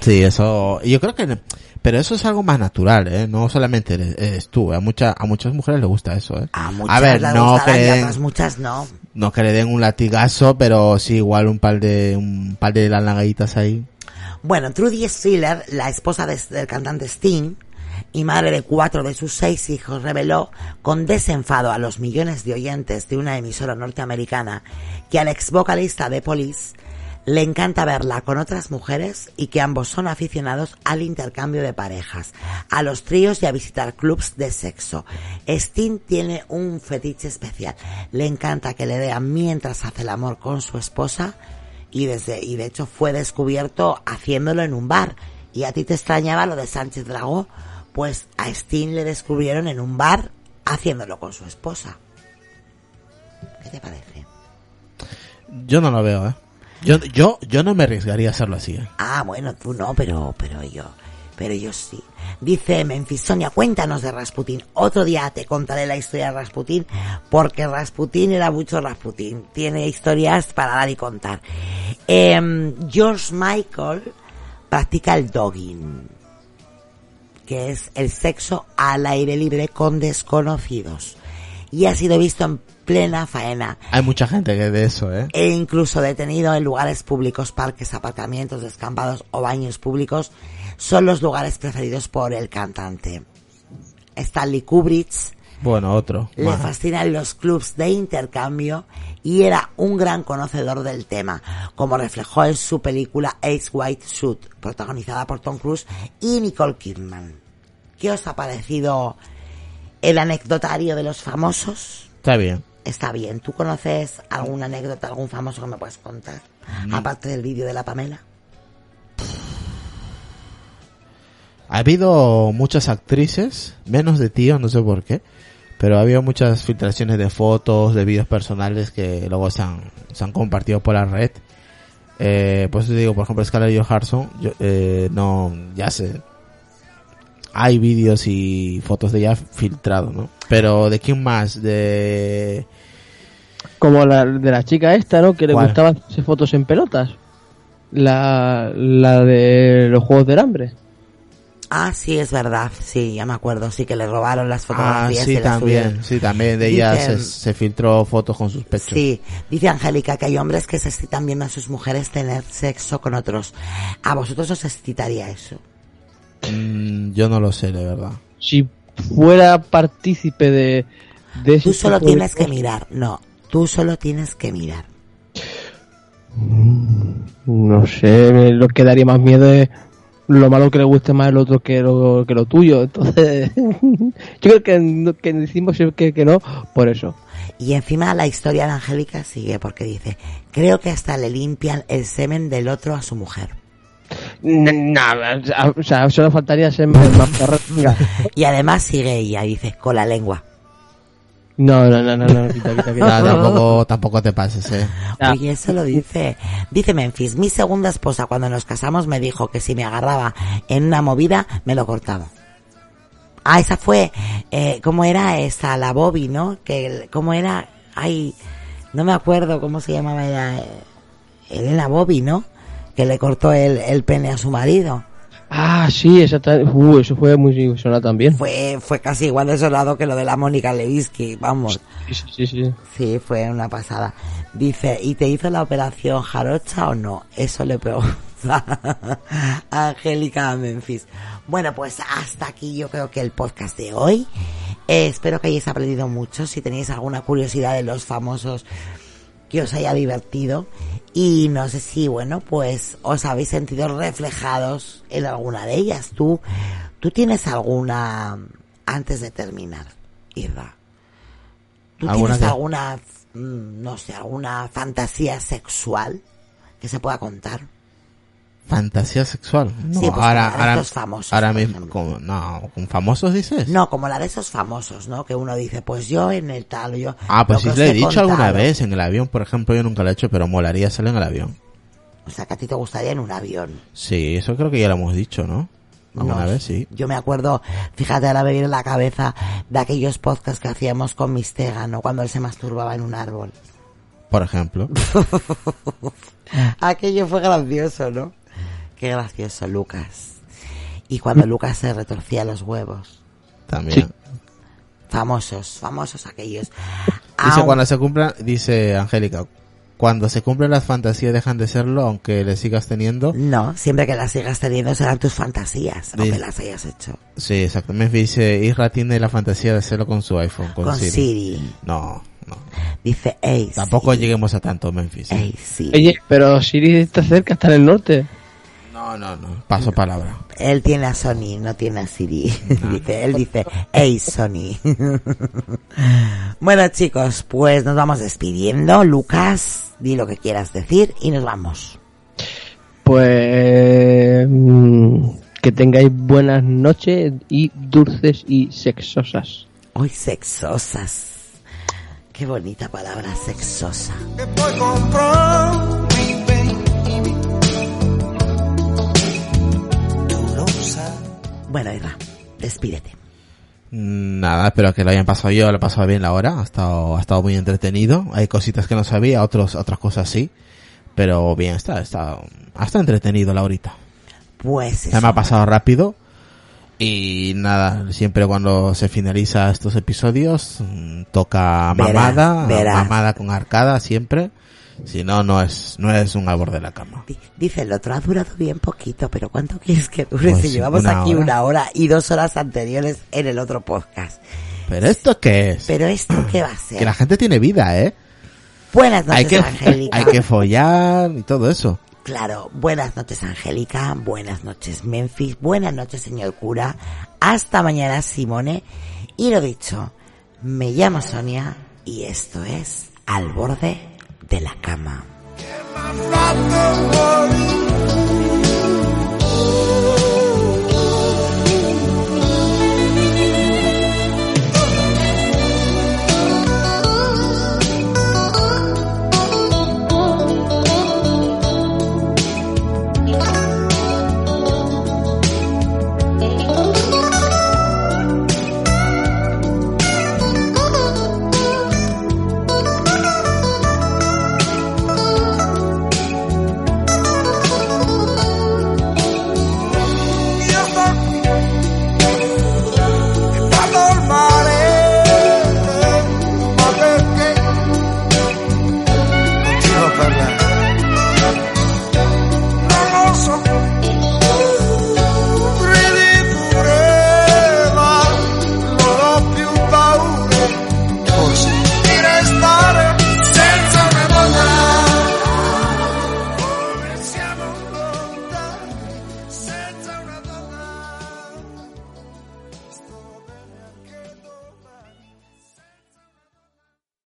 Speaker 5: Sí, eso. Yo creo que. no- Pero eso es algo más natural, ¿eh? No solamente eres, eres tú. A, mucha, a muchas mujeres les gusta eso, ¿eh?
Speaker 1: A muchas
Speaker 5: ver,
Speaker 1: les
Speaker 5: no
Speaker 1: gustarán y a
Speaker 5: creen-
Speaker 1: otras muchas no.
Speaker 5: No que le den un latigazo, pero sí, igual un par de. Un par de lanagaditas ahí.
Speaker 1: Bueno, Trudy Stiller, la esposa de- del cantante Sting y madre de cuatro de sus seis hijos, reveló con desenfado a los millones de oyentes de una emisora norteamericana que al ex vocalista de Police le encanta verla con otras mujeres y que ambos son aficionados al intercambio de parejas, a los tríos y a visitar clubs de sexo. Sting tiene un fetiche especial. Le encanta que le vean mientras hace el amor con su esposa y desde y de hecho fue descubierto haciéndolo en un bar. Y a ti te extrañaba lo de Sánchez Dragó, pues a Steen le descubrieron en un bar haciéndolo con su esposa. ¿Qué te parece?
Speaker 5: Yo no lo veo, ¿eh? Yo, yo, yo no me arriesgaría a hacerlo así, ¿eh?
Speaker 1: Ah, bueno, tú no, pero pero yo pero yo sí. Dice Memphis Sonia, cuéntanos de Rasputín. Otro día te contaré la historia de Rasputín, porque Rasputín era mucho Rasputín. Tiene historias para dar y contar. Em, George Michael practica el dogging. que es el sexo al aire libre con desconocidos. Y ha sido visto en plena faena
Speaker 5: Hay mucha gente que de eso, ¿eh?
Speaker 1: e incluso detenido en lugares públicos, parques, aparcamientos, descampados o baños públicos, son los lugares preferidos por el cantante. Stanley Kubrick
Speaker 5: Bueno, otro.
Speaker 1: le
Speaker 5: Bueno.
Speaker 1: fascinan los clubs de intercambio y era un gran conocedor del tema, como reflejó en su película Ace White Shoot, protagonizada por Tom Cruise y Nicole Kidman. ¿Qué os ha parecido el anecdotario de los famosos?
Speaker 5: Está bien.
Speaker 1: Está bien. ¿Tú conoces alguna anécdota, algún famoso que me puedas contar?
Speaker 5: Mm.
Speaker 1: Aparte del vídeo de la Pamela.
Speaker 5: Ha habido muchas actrices, menos de tío, no sé por qué, pero ha habido muchas filtraciones de fotos, de vídeos personales que luego se han, se han compartido por la red. Eh, por eso te digo, por ejemplo, Scarlett Johansson, yo, eh, no, ya sé. Hay vídeos y fotos de ella filtrados, ¿no? Pero ¿de quién más? De...
Speaker 4: Como la de la chica esta, ¿no? Que le
Speaker 5: ¿Cuál?
Speaker 4: gustaban hacer fotos en pelotas. La, la de los Juegos del Hambre.
Speaker 1: Ah, sí, es verdad. Sí, ya me acuerdo. Sí, que le robaron las
Speaker 5: Ah,
Speaker 1: fotografías y
Speaker 5: sí,
Speaker 1: las
Speaker 5: también,
Speaker 1: subieron.
Speaker 5: sí, también de ella se,
Speaker 1: Dicen-
Speaker 5: se filtró fotos con sus pechos.
Speaker 1: Sí, dice Angélica que hay hombres que se excitan viendo a sus mujeres tener sexo con otros. ¿A vosotros os excitaría eso?
Speaker 5: Mm, yo no lo sé, de verdad.
Speaker 4: Si fuera partícipe de, de ese
Speaker 1: Tú solo
Speaker 4: tipo de
Speaker 1: tienes que
Speaker 4: cosas,
Speaker 1: mirar. No, tú solo tienes que mirar.
Speaker 4: No sé, me- lo que daría más miedo es lo malo que le guste más el otro que lo, que lo tuyo. Entonces, yo creo que, no- que decimos que, que no por eso.
Speaker 1: Y encima la historia de Angélica sigue porque dice, creo que hasta le limpian el semen del otro a su mujer.
Speaker 4: No, o sea, solo faltaría ser más más perra. Venga.
Speaker 1: Y además sigue ella, dice, con la lengua.
Speaker 4: No, no, no, no, no, quita, quita, quita.
Speaker 5: Ah, tampoco, tampoco te pases, eh.
Speaker 4: Ya.
Speaker 1: Oye, eso lo dice. Dice Memphis, mi segunda esposa cuando nos casamos me dijo que si me agarraba en una movida, me lo cortaba. Ah, esa fue, eh, ¿cómo era esa? La Bobby, ¿no? Que, el- ¿cómo era? Ay, no me acuerdo cómo se llamaba ella. eh, Elena Bobby, ¿no? Que le cortó el, el pene a su marido.
Speaker 4: Ah, sí, exactamente. Uh, eso fue muy sonado también.
Speaker 1: Fue, fue casi igual de desolado que lo de la Mónica Lewinsky, vamos.
Speaker 4: Sí, sí, sí, sí.
Speaker 1: Sí, fue una pasada. Dice, ¿y te hizo la operación jarocha o no? Eso le pregunta Angélica Memphis. Bueno, pues hasta aquí yo creo que el podcast de hoy. Eh, espero que hayáis aprendido mucho. Si tenéis alguna curiosidad de los famosos, que os haya divertido. Y no sé si, bueno, pues os habéis sentido reflejados en alguna de ellas. Tú, tú tienes alguna, antes de terminar, Irda. ¿Tú
Speaker 5: ¿Alguna
Speaker 1: tienes
Speaker 5: qué?
Speaker 1: alguna, mm, no sé, alguna fantasía sexual que se pueda contar?
Speaker 5: Fantasía sexual. No,
Speaker 1: Sí, pues,
Speaker 5: ahora,
Speaker 1: como
Speaker 5: ahora,
Speaker 1: estos famosos,
Speaker 5: ahora
Speaker 1: por
Speaker 5: mismo,
Speaker 1: ejemplo.
Speaker 5: como, no, con famosos dices.
Speaker 1: No, como la de esos famosos, ¿no? Que uno dice, pues yo en el tal, yo.
Speaker 5: Ah, pues
Speaker 1: lo que
Speaker 5: sí
Speaker 1: os
Speaker 5: le he
Speaker 1: he
Speaker 5: dicho alguna
Speaker 1: contado.
Speaker 5: vez en el avión, por ejemplo, yo nunca lo he hecho, pero molaría salir en el avión.
Speaker 1: O sea, que a ti te gustaría en un avión.
Speaker 5: Sí, eso creo que ya lo hemos dicho, ¿no? Alguna
Speaker 1: No,
Speaker 5: vez, sí.
Speaker 1: Yo me acuerdo, fíjate, ahora me viene a la cabeza de aquellos podcasts que hacíamos con Mistega, ¿no? Cuando él se masturbaba en un árbol.
Speaker 5: Por ejemplo. Ah.
Speaker 1: Aquello fue gracioso, ¿no? Qué gracioso, Lucas. Y
Speaker 5: Mm.
Speaker 1: cuando Lucas se retorcía los huevos.
Speaker 4: Sí.
Speaker 5: También.
Speaker 1: Famosos, famosos aquellos.
Speaker 5: Dice
Speaker 1: Aun-
Speaker 5: cuando se cumplan, dice Angélica, cuando se cumplen las fantasías dejan de serlo, aunque le sigas teniendo.
Speaker 1: No, siempre que las sigas teniendo serán tus fantasías, aunque las hayas hecho.
Speaker 5: Sí, exactamente. Dice, Isra tiene la fantasía de hacerlo con su iPhone, con,
Speaker 1: Con,
Speaker 5: Siri.
Speaker 1: Siri.
Speaker 5: No, no.
Speaker 1: Dice Ace.
Speaker 5: Tampoco lleguemos a tanto, Memphis. ¿eh?
Speaker 4: Oye, pero Siri está cerca, está en el norte.
Speaker 5: No, no, no. Paso palabra.
Speaker 1: Él tiene a Sony, no tiene a Siri. dice, él dice, hey Sony. bueno chicos, pues nos vamos despidiendo. Lucas, di lo que quieras decir y nos vamos.
Speaker 4: Pues mm, que tengáis buenas noches y dulces y sexosas.
Speaker 1: Hoy sexosas. Qué bonita palabra, sexosa.
Speaker 3: Estoy comprando mi baby. Tú lo sabes.
Speaker 1: Bueno, Eva, despídete.
Speaker 5: Nada, espero que lo hayan pasado yo, lo he pasado bien la hora, ha estado, ha estado muy entretenido, hay cositas que no sabía, otros, otras cosas sí, pero bien, está, está, ha estado entretenido la horita.
Speaker 1: Pues
Speaker 5: Se me
Speaker 1: eso.
Speaker 5: ha pasado rápido y nada, siempre cuando se finaliza estos episodios mm, toca
Speaker 1: Verás,
Speaker 5: mamada,
Speaker 1: verás.
Speaker 5: mamada con arcada siempre, si no, no es, no es un albor de la cama.
Speaker 1: Di- Dice el otro, ha durado bien poquito, pero ¿cuánto quieres que dure
Speaker 5: Pues
Speaker 1: si llevamos
Speaker 5: una
Speaker 1: aquí
Speaker 5: hora.
Speaker 1: una hora y dos horas anteriores en el otro podcast?
Speaker 5: Pero esto qué es?
Speaker 1: Pero esto, ¿qué va a
Speaker 5: Que
Speaker 1: ser?
Speaker 5: la gente tiene vida, eh.
Speaker 1: Buenas noches,
Speaker 5: Hay que,
Speaker 1: Angélica.
Speaker 5: hay que follar y todo eso.
Speaker 1: Claro, buenas noches Angélica, buenas noches Memphis, buenas noches señor cura, hasta mañana Simone y lo dicho, me llamo Sonia y esto es Al borde de la cama.
Speaker 3: I'm not the one